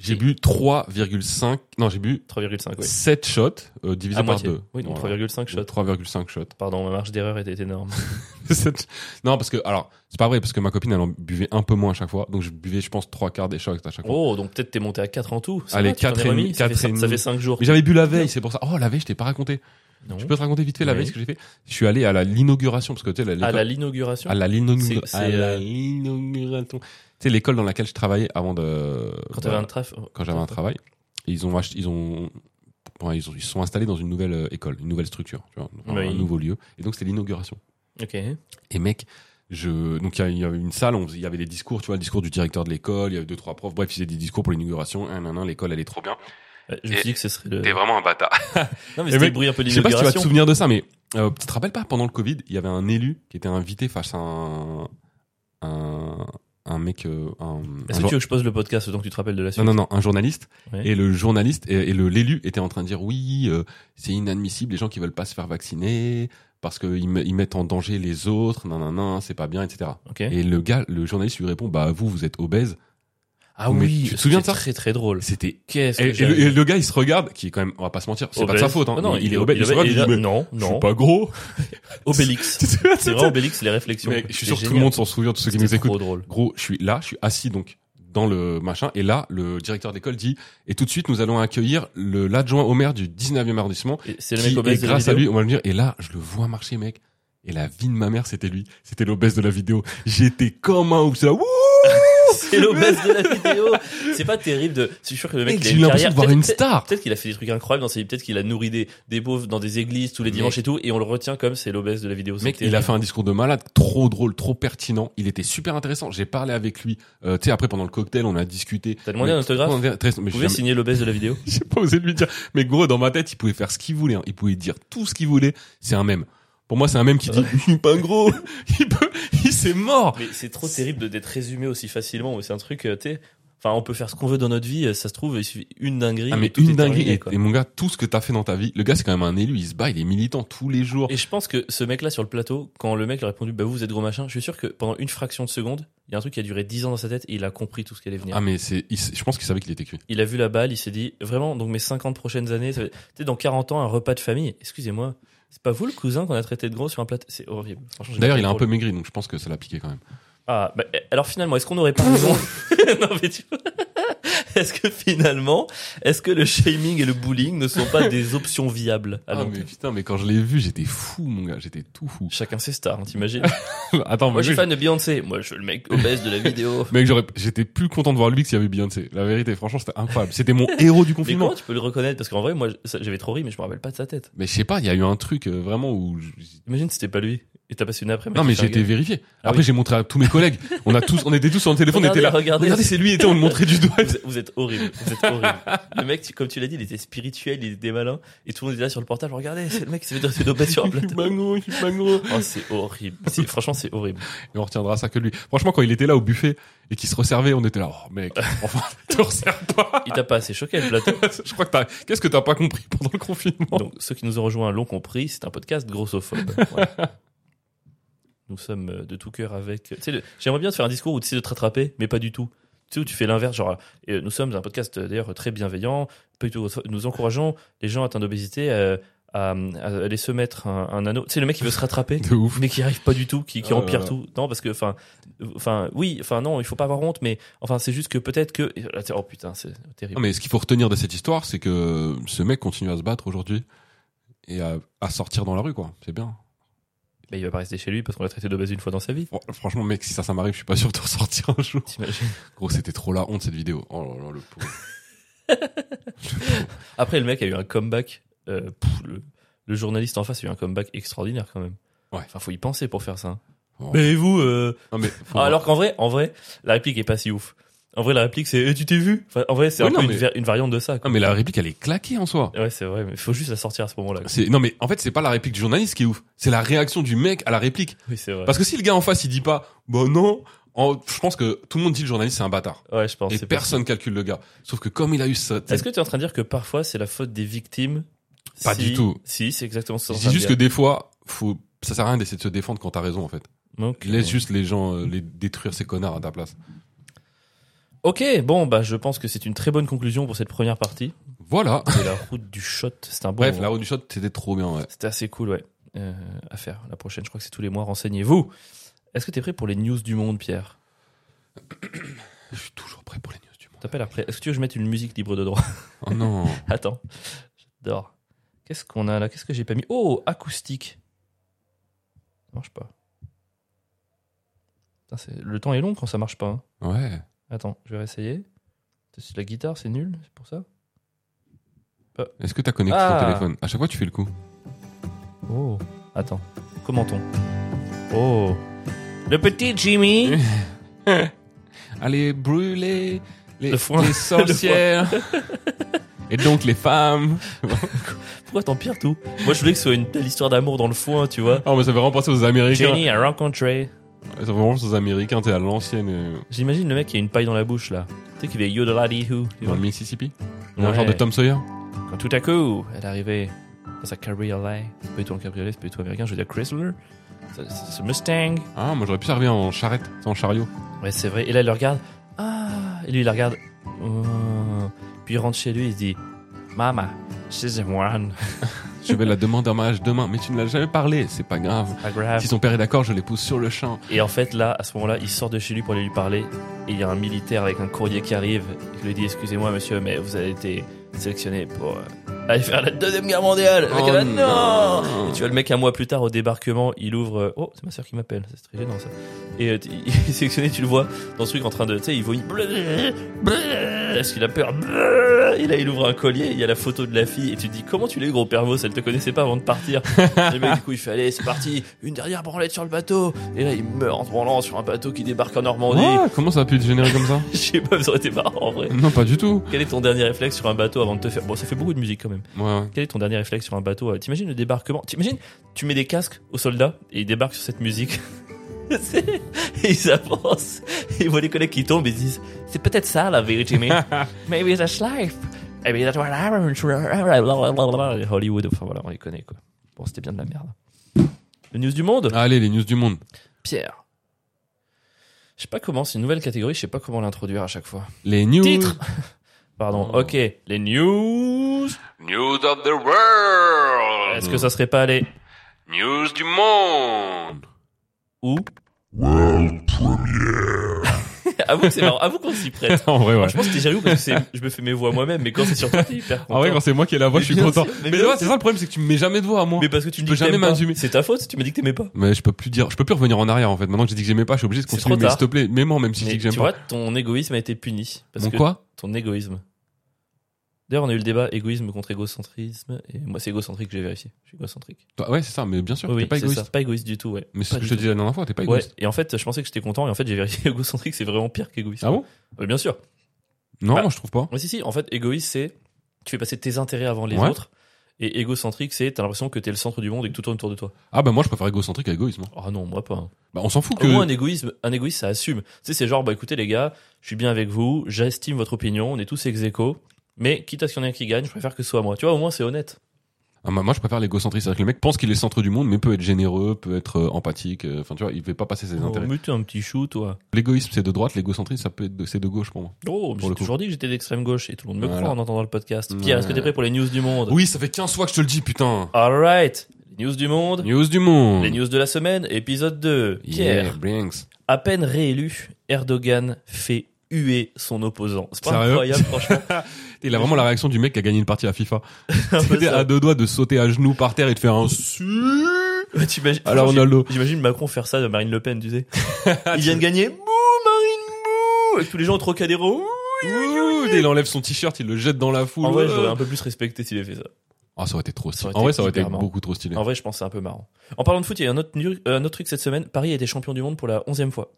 B: J'ai
A: Si.
B: bu 3,5. Non, j'ai bu
A: 3,5, ouais.
B: 7 shots euh, divisé
A: À
B: par
A: moitié.
B: 2.
A: Oui, donc 3,5 shots.
B: 3,5 shots.
A: Pardon, ma marge d'erreur était énorme.
B: Sept- non, parce que, alors, c'est pas vrai, parce que ma copine, elle en buvait un peu moins à chaque fois. Donc, je buvais, je pense, 3 quarts des shots à chaque fois.
A: Oh, donc peut-être t'es monté à 4 en tout. Ça
B: Allez,
A: va, tu t'en es
B: quatre et demi,
A: remis, ça,
B: quatre
A: fait,
B: et
A: cin- ça
B: demi.
A: fait 5 jours.
B: Mais j'avais bu la veille, c'est pour ça. Oh, la veille, je t'ai pas raconté.
A: Non.
B: Je peux te raconter vite fait la
A: Oui.
B: veille, ce que j'ai fait. Je suis allé à la l'inauguration, parce que, tu sais, la-
A: À
B: l'école-
A: la l'inauguration.
B: à la l'inauguration.
A: C'est- c'est,
B: À la
A: euh,
B: l'inauguration. Tu sais, l'école dans laquelle je travaillais avant de.
A: Quand t'avais un oh, traf.
B: quand j'avais un travail. Et ils ont acheté, ils ont, bon, ils ont- ils se sont installés dans une nouvelle euh, école, une nouvelle structure, tu vois, un,
A: Bah Oui.
B: un nouveau lieu. Et donc c'était l'inauguration.
A: Ok.
B: Et mec, je, donc il y a- il y, avait une salle, on faisait- il y avait les discours, tu vois, le discours du directeur de l'école, il y avait deux trois profs, bref, ils faisaient des discours pour l'inauguration. Hein, nan, nan, l'école elle est trop bien.
A: Euh, Je me
B: Et-
A: suis dit que ce serait le.
B: T'es vraiment un bâtard.
A: Non, mais
B: Et
A: c'était
B: mec,
A: le bruit un peu
B: je sais pas si tu vas te
A: d'inauguration.
B: souvenir de ça, mais euh, tu te rappelles pas pendant le Covid, il y avait un élu qui était invité face à un un mec, euh, un, un
A: Est-ce que
B: jour-
A: tu veux que je pose le podcast donc tu te rappelles de la suite
B: non, non, non, un journaliste.
A: Ah, Ouais.
B: Et le journaliste et, et le l'élu étaient en train de dire oui, euh, c'est inadmissible les gens qui veulent pas se faire vacciner parce qu'ils ils mettent en danger les autres, non, non, non, c'est pas bien, etc.
A: Ok.
B: Et le gars, le journaliste lui répond, bah vous, vous êtes obèse.
A: Ah
B: mais
A: oui,
B: tu te souviens de
A: c'était
B: ça
A: Très très drôle.
B: C'était.
A: Qu'est-ce
B: Et,
A: que
B: et
A: j'ai-
B: le, et le gars, il se regarde, qui est quand même, on va pas se mentir, c'est pas de sa
A: Obèse.
B: faute. Hein,
A: Ah non,
B: il, il est obèse. Il se regarde, il dit, mais
A: Non,
B: je suis
A: non.
B: pas gros.
A: Obélix. C'est vrai, Obélix, les réflexions.
B: Mec, je suis sûr que
A: C'était
B: tout le
A: génial.
B: monde s'en souvient, tous ceux qui nous
A: C'était
B: écoutent.
A: trop drôle.
B: Gros, je suis là, je suis assis donc dans le machin, et là, le directeur d'école dit, et tout de suite, nous allons accueillir le l'adjoint au maire du 19e arrondissement,
A: Et C'est le
B: qui
A: mec obèse. de
B: est
A: la
B: grâce à
A: vidéo.
B: lui, on va le dire, et là, je le vois marcher, mec. Et la vie de ma mère, c'était lui. C'était l'obèse de la vidéo. J'étais comme un ouf, ça. Wouh
A: C'est l'obèse de la vidéo. C'est pas terrible de. Je suis sûr que le mec,
B: Mec,
A: il a
B: J'ai eu
A: une
B: l'impression
A: carrière.
B: de voir
A: Peut-être-
B: une
A: peut-être-
B: star.
A: Peut-être qu'il a fait des trucs incroyables dans sa vie. Peut-être qu'il a nourri des, des beaufs dans des églises tous les
B: Mec.
A: dimanches et tout. Et on le retient comme c'est l'obèse de la vidéo.
B: Mec,
A: C'était-
B: il a fait un discours de malade, trop drôle, trop pertinent. Il était super intéressant. J'ai parlé avec lui. Euh, tu sais, après, pendant le cocktail, on a discuté.
A: T'as demandé
B: Mais
A: un autographe
B: trop intéressant.
A: Vous
B: Mais j'ai
A: pouvez
B: jamais-
A: signer l'obèse de la vidéo
B: j'ai pas osé lui dire. Mais gros, dans ma tête, il pouvait faire ce qu'il voulait. hein. Il pouvait dire tout ce qu'il voulait. C'est un mème. Pour moi, c'est un mème qui dit, je suis pas gros. Il peut, il s'est mort.
A: Mais c'est trop terrible de d'être résumé aussi facilement. C'est un truc, euh, tu sais. Enfin, on peut faire ce qu'on veut dans notre vie. euh, Ça se trouve, il suffit une dinguerie.
B: Ah, mais
A: et tout
B: une
A: est
B: dinguerie.
A: terminé,
B: Et,
A: quoi.
B: et mon gars, tout ce que t'as fait dans ta vie, le gars, c'est quand même un élu. Il se bat, il est militant tous les jours.
A: Et je pense que ce mec-là sur le plateau, quand le mec lui a répondu, bah vous, vous êtes gros machin, je suis sûr que pendant une fraction de seconde, il y a un truc qui a duré 10 ans dans sa tête et il a compris tout ce qui allait venir.
B: Ah, mais c'est, il s- je pense qu'il savait qu'il était cuit.
A: Il a vu la balle, il s'est dit, vraiment, donc mes 50 prochaines années, ça va- tu sais, dans 40 ans, un repas de famille, excusez-moi, c'est pas vous le cousin qu'on a traité de gros sur un plateau C'est horrible. Franchement, j'ai
B: D'ailleurs,
A: pas
B: il a un peu
A: contrôle.
B: maigri, donc je pense que ça l'a piqué quand même.
A: Ah, bah, eh, alors finalement, est-ce qu'on aurait pas raison Non, mais tu vois. Est-ce que finalement, est-ce que le shaming et le bullying ne sont pas des options viables à
B: Ah,
A: long
B: mais
A: terme
B: putain, mais quand je l'ai vu, j'étais fou, mon gars. J'étais tout fou.
A: Chacun ses stars, hein, t'imagines
B: Ah, Attends,
A: Moi,
B: mais
A: je suis
B: mec,
A: fan de Beyoncé. Moi, je suis le mec obèse de la vidéo.
B: mec, j'aurais- j'étais plus content de voir lui que s'il y avait Beyoncé. La vérité, franchement, c'était incroyable. C'était mon héros du
A: Mais
B: confinement.
A: comment tu peux le reconnaître Parce qu'en vrai, moi, ça- j'avais trop ri, mais je me rappelle pas de sa tête.
B: Mais je sais pas, il y a eu un truc euh, vraiment où. je-
A: Imagine si c'était pas lui. Et t'as passé une après-midi.
B: Non, mais
A: à faire
B: j'ai été
A: gueule.
B: vérifié.
A: Ah
B: Après,
A: oui.
B: j'ai montré à tous mes collègues. On a tous, on était tous sur le téléphone,
A: Regardez,
B: on était là.
A: regardez.
B: Regardez, c'est lui, et on le montrait du doigt.
A: Vous, vous êtes horrible. Vous êtes horrible. le mec, tu- comme tu l'as dit, il était spirituel, il était malin. Et tout le monde était là sur le portable. Regardez, c'est le mec qui s'est fait dresser d'opé sur un
B: Je suis
A: plateau.
B: pas gros, je suis pas gros.
A: Oh, c'est horrible. C'est- Franchement, c'est horrible.
B: Et on retiendra ça que de lui. Franchement, quand il était là au buffet et qu'il se resservait, on était là. Oh, mec, enfin, te resserre pas.
A: Il t'a pas assez choqué, le plateau.
B: Je crois que t'as, qu'est-ce que t'as pas compris pendant le confinement?
A: Donc, ceux qui nous ont rejoints l'ont compris. C'est un podcast grossophobe. Ouais. Nous sommes euh, de tout cœur avec. Tu sais, le- j'aimerais bien te faire un discours où tu sais de te rattraper, mais pas du tout. Tu sais, où tu fais l'inverse, genre, euh, nous sommes un podcast euh, d'ailleurs très bienveillant, pas du tout grossophobe. nous encourageons les gens atteints d'obésité euh, à, à aller se mettre un, un anneau. Tu sais, le mec qui veut se rattraper,
B: De ouf.
A: mais qui arrive pas du tout, qui, qui
B: Oh là
A: empire
B: là.
A: tout. Non, parce que, enfin, euh, enfin, oui, enfin, non, il faut pas avoir honte, mais enfin, c'est juste que peut-être que. Oh putain, c'est terrible.
B: Non, mais ce qu'il faut retenir de cette histoire, c'est que ce mec continue à se battre aujourd'hui et à, à sortir dans la rue, quoi. C'est bien.
A: Mais Bah, il va pas rester chez lui parce qu'on l'a traité d'obèse une fois dans sa vie.
B: Fran- Franchement, mec, si ça, ça m'arrive, je suis pas sûr de ressortir un jour.
A: T'imagines
B: Gros, c'était trop la honte cette vidéo. Oh là là, le pauvre.
A: Après, le mec a eu un comeback. euh, pff, le, le journaliste en face a eu un comeback extraordinaire quand même.
B: Ouais.
A: Enfin, faut y penser pour faire ça. hein.
B: Oh.
A: Mais vous, euh,
B: Non, mais faut
A: alors qu'en vrai, en vrai, la réplique est pas si ouf. En vrai, la réplique c'est Eh, tu t'es vu. Enfin, en vrai, c'est
B: Oui,
A: un
B: non,
A: peu
B: mais- Ah,
A: une, ver- une variante de ça.
B: voir.
A: quoi.
B: Non, mais la réplique, elle est claquée en soi.
A: Ouais, c'est vrai. Mais faut juste la sortir à ce moment-là. quoi.
B: C'est non, mais en fait, c'est pas la réplique du journaliste qui est ouf. C'est la réaction du mec à la réplique.
A: Oui, c'est vrai.
B: Parce que si le gars en face, il dit pas, bon non, en- je pense que tout le monde dit le journaliste c'est un bâtard.
A: Ouais, je pense.
B: Et
A: c'est
B: personne calcule le gars. Sauf que comme il a eu ça,
A: pas- Est-ce que tu es en train de dire que parfois c'est la faute des victimes
B: Pas
A: Si-
B: du tout.
A: Si, c'est exactement ce
B: je
A: que
B: dis juste que des fois, faut, ça sert à rien d'essayer de se défendre quand t'as raison en fait.
A: Donc,
B: Laisse
A: euh,
B: juste les gens euh, les détruire ces connards à ta place.
A: Ok, bon, bah je pense que c'est une très bonne conclusion pour cette première partie
B: Voilà.
A: de la route du shot. C'est un bon.
B: Bref,
A: moment.
B: la roue du shot, c'était trop bien. Ouais.
A: C'était assez cool, ouais. Euh, à faire. La prochaine, je crois que c'est tous les mois. Renseignez-vous. Est-ce que t'es prêt pour les news du monde, Pierre
B: Je suis toujours prêt pour les news du monde.
A: T'appelles après. Est-ce que tu veux que je mette une musique libre de droit
B: Oh non.
A: Attends. J'adore. Qu'est-ce qu'on a là Qu'est-ce que j'ai pas mis Oh, acoustique. Ça marche pas. Putain, c'est- Le temps est long quand ça marche pas. hein.
B: Ouais.
A: Attends, je vais réessayer. C'est La guitare, c'est nul, c'est pour ça
B: Est-ce que t'as connecté
A: Ah.
B: ton téléphone À chaque fois, tu fais le coup.
A: Oh. Attends. Commentons. Oh. Le petit Jimmy
B: Allez brûler les,
A: Le foin.
B: les
A: Le
B: sorcières et donc les femmes.
A: Pourquoi t'empires
B: Ah,
A: tout Moi, je voulais que ce soit une belle histoire d'amour dans le foin, tu vois.
B: Oh, mais ça fait vraiment penser aux Américains.
A: Jenny a rencontré
B: Ouais, C'est vraiment ces Américains, t'es à l'ancienne, euh,
A: J'imagine le mec qui a une paille dans la bouche là. Tu sais, qui fait yodeladi who.
B: dans le Mississippi. Dans le
A: Ouais.
B: genre de Tom Sawyer.
A: Quand tout à coup, elle arrivait dans sa cabriolet. C'est pas du tout un cabriolet, c'est pas du tout américain, je veux dire Chrysler. C'est- C'est c'est Mustang.
B: Ah, moi j'aurais pu servir en charrette, c'est en chariot.
A: Ouais, c'est vrai. Et là, il le regarde. Ah Et lui, il la regarde. Oh. Puis il rentre chez lui, il se dit Mama, she's the one.
B: Je vais la demander en mariage demain, mais tu ne l'as jamais parlé, c'est pas grave.
A: Pas grave.
B: Si son père est d'accord, je l'épouse sur le champ.
A: Et en fait, là, à ce moment-là, il sort de chez lui pour aller lui parler. Et il y a un militaire avec un courrier qui arrive et qui lui dit Excusez-moi, monsieur, mais vous avez été sélectionné pour euh, aller faire la Deuxième Guerre mondiale. Le mec,
B: Oh
A: là, non
B: non.
A: Et tu vois, le mec, un mois plus tard, au débarquement, il ouvre euh, Oh, c'est ma soeur qui m'appelle, c'est très gênant ça. Et euh, t- il est sélectionné, tu le vois, dans ce truc en train de. Tu sais, il voit une. Parce qu'il a peur. Et là, il ouvre un collier, il y a la photo de la fille, et tu te dis Comment tu l'as eu, gros pervos Elle te connaissait pas avant de partir. Et le mec, du coup, il fait Allez, c'est parti, une dernière branlette sur le bateau. Et là, il meurt en se branlant sur un bateau qui débarque en Normandie.
B: Ah, comment ça a pu te générer comme ça
A: Je sais pas, ça aurait été marrant en vrai.
B: Non, pas du tout.
A: Quel est ton dernier réflexe sur un bateau avant de te faire. Bon, ça fait beaucoup de musique quand même.
B: Ouais, ouais.
A: Quel est ton dernier réflexe sur un bateau euh, T'imagines le débarquement T'imagines Tu mets des casques aux soldats et ils débarquent sur cette musique. C'est- et ils avancent. Et ils voient les collègues qui tombent et ils disent C'est peut-être ça la vérité, mais. Maybe that's life. Maybe that's what happens. Et Hollywood, enfin voilà, on les connaît quoi. Bon, c'était bien de la merde. Le news du monde
B: Allez, les news du monde.
A: Pierre. Je sais pas comment, c'est une nouvelle catégorie, je sais pas comment l'introduire à chaque fois.
B: Les news.
A: Titre Pardon,
B: Oh.
A: ok, les news
B: News of the world.
A: Est-ce que ça serait pas les.
B: News du monde.
A: Ou Avoue que c'est marrant, avoue qu'on s'y prête.
B: en vrai, ouais.
A: Je pense que t'es jaloux parce que c'est- je me fais mes voix moi-même, mais quand c'est sur toi, t'es hyper content.
B: Ah ouais, quand c'est moi qui ai la voix, je suis
A: bien
B: content.
A: sûr, mais
B: Mais,
A: bien
B: ouais,
A: sûr.
B: c'est ça le problème, c'est que tu me mets jamais de voix à moi.
A: mais parce que tu
B: je
A: me dis
B: peux
A: que t'aimes
B: jamais
A: pas.
B: m'assumer.
A: C'est ta faute, tu m'as dit que t'aimais pas.
B: Mais je peux plus dire, je peux plus revenir en arrière en fait. Maintenant que j'ai dit que j'aimais pas, je suis obligé de
A: C'est
B: continuer.
A: trop
B: Mais
A: tard.
B: s'il te plaît, mets-moi en même si je
A: Mais
B: dis que
A: tu
B: j'aime pas.
A: vois, ton égoïsme a été puni. Parce
B: Mon
A: que
B: quoi
A: ton égoïsme. D'ailleurs, on a eu le débat égoïsme contre égocentrisme, et moi c'est égocentrique, j'ai vérifié. Je suis égocentrique.
B: Toi- Bah, Ouais, c'est ça, mais bien sûr,
A: Oui,
B: Ah, t'es pas
A: c'est
B: égoïste.
A: ça, pas égoïste du tout, ouais.
B: Mais c'est
A: Pas
B: ce que
A: du
B: je te
A: tout.
B: disais la dernière fois, t'es pas
A: Ouais,
B: égoïste.
A: et en fait, je pensais que j'étais content, et en fait, j'ai vérifié égocentrique, c'est vraiment pire qu'égoïste.
B: Ah bon
A: Ouais, Bien sûr.
B: Non,
A: Bah.
B: moi je trouve pas.
A: Oui, si, si. En fait, égoïste, c'est tu fais passer tes intérêts avant les
B: Ouais.
A: autres. Et égocentrique, c'est t'as l'impression que t'es le centre du monde et que tout tourne autour de toi.
B: Ah bah moi je préfère égocentrique à égoïsme.
A: Ah non, moi pas.
B: Bah on s'en fout que.
A: Au moins, un égoïsme, un égoïste, ça assume. Tu sais, c'est genre, bah écoutez les gars, je suis bien avec vous, j'estime votre opinion, on est tous ex aequo, mais quitte à ce qu'il y en ait un qui gagne, je préfère que ce soit moi. Tu vois, au moins c'est honnête.
B: Ah, bah, moi je préfère l'égocentrisme. C'est-à-dire que le mec pense qu'il est centre du monde, mais peut être généreux, peut être euh, empathique. euh, Enfin tu vois, il fait pas passer ses
A: Oh,
B: intérêts.
A: mute un petit chou, toi.
B: L'égoïsme c'est de droite, l'égocentrisme ça peut être de... c'est de gauche pour moi.
A: Oh,
B: Pour
A: j'ai
B: le coup.
A: toujours dit que j'étais d'extrême gauche et tout le monde me
B: Voilà.
A: croit en entendant le podcast.
B: Ouais.
A: Pierre, est-ce que t'es prêt pour les news du monde
B: Oui, ça fait 15 fois que je te le dis, putain.
A: Alright, les news du monde,
B: News du monde.
A: les news de la semaine, épisode 2. Pierre.
B: Yeah, Brinks.
A: À peine réélu, Erdogan fait huer son opposant. C'est pas
B: Sérieux
A: incroyable, franchement.
B: Il a vraiment la réaction du mec qui a gagné une partie à FIFA.
A: C'est un peu
B: C'était
A: ça.
B: à deux doigts de sauter à genoux par terre et de faire un su.
A: Ouais, t'imagines-
B: Alors
A: franchement,
B: Ronaldo.
A: j'ai- J'imagine Macron faire ça de Marine Le Pen, tu sais. Ils viennent gagner. Bouh, Marine, bouh Et tous les gens au Trocadéro. ouh. euh.
B: Ouh, Il enlève son t-shirt, il le jette dans la foule.
A: En vrai, j'aurais un peu plus respecté s'il avait fait ça.
B: Ah, ça aurait été trop
A: Ça
B: stylé.
A: aurait été Ah.
B: En vrai, ça aurait été
A: hyper marrant.
B: beaucoup trop stylé.
A: En vrai, je pense que c'est un peu marrant. En parlant de foot, il y a un autre, nu- euh, un autre truc cette semaine. Paris a été champion du monde pour la onzième fois.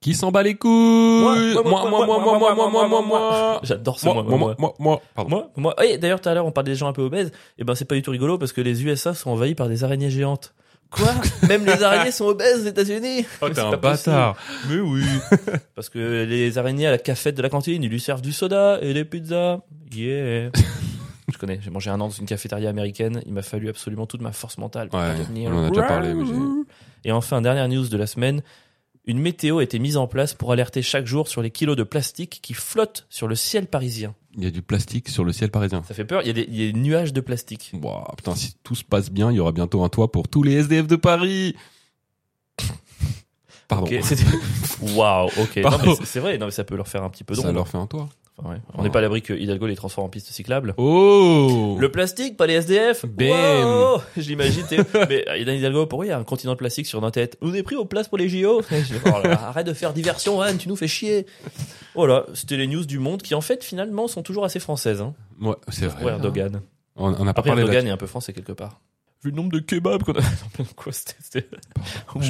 B: Qui s'en bat les couilles
A: Moi, moi, moi, moi, moi, moi, moi, moi,
B: moi,
A: J'adore ce
B: moi,
A: Ah. moi,
B: moi, moi, moi, moi. Pardon.
A: Moi, moi. Eh, d'ailleurs, tout à l'heure, on parlait des gens un peu obèses. Et ben, c'est pas du tout rigolo parce que les USA sont envahis par des araignées géantes. Quoi Même les araignées sont obèses aux États-Unis
B: Oh,
A: C'est
B: t'es un
A: pas possible.
B: bâtard.
A: Mais oui Parce que les araignées à la cafette de la cantine, ils lui servent du soda et des pizzas. Yeah Je connais, j'ai mangé un an dans une cafétéria américaine, il m'a fallu absolument toute ma force mentale pour
B: Ouais,
A: devenir-
B: on en a déjà parlé, mais j'ai-
A: Et enfin, dernière news de la semaine, une météo a été mise en place pour alerter chaque jour sur les kilos de plastique qui flottent sur le ciel parisien.
B: Il y a du plastique sur le ciel parisien.
A: Ça fait peur, il y a des, il y a des nuages de plastique.
B: Ouah, putain, si tout se passe bien, il y aura bientôt un toit pour tous les SDF de Paris. Pardon.
A: Ok, c'était- Waouh, ok. Non,
B: Pardon.
A: mais c'est- C'est vrai, non, mais ça peut leur faire un petit peu
B: Ça
A: drôle.
B: leur fait un toit.
A: Enfin, ouais. On n'est pas à l'abri que Hidalgo les transforme en piste cyclable.
B: Oh
A: Le plastique, pas les SDF.
B: Bam.
A: Wow je l'imagine. t'es- Mais euh, Dan Hidalgo, pourquoi il y a un continent de plastique sur nos têtes On est pris aux places pour les JO. Je dis, oh là là, arrête de faire diversion, Anne, tu nous fais chier. Voilà, c'était les news du monde qui, en fait, finalement, sont toujours assez françaises. Hein,
B: Ouais, c'est vrai.
A: pour Erdogan.
B: On, on a pas
A: Après,
B: parlé
A: Erdogan est un peu français quelque part. Vu le nombre de kebabs qu'on a. Non, Quoi, c'était- c'était.
B: là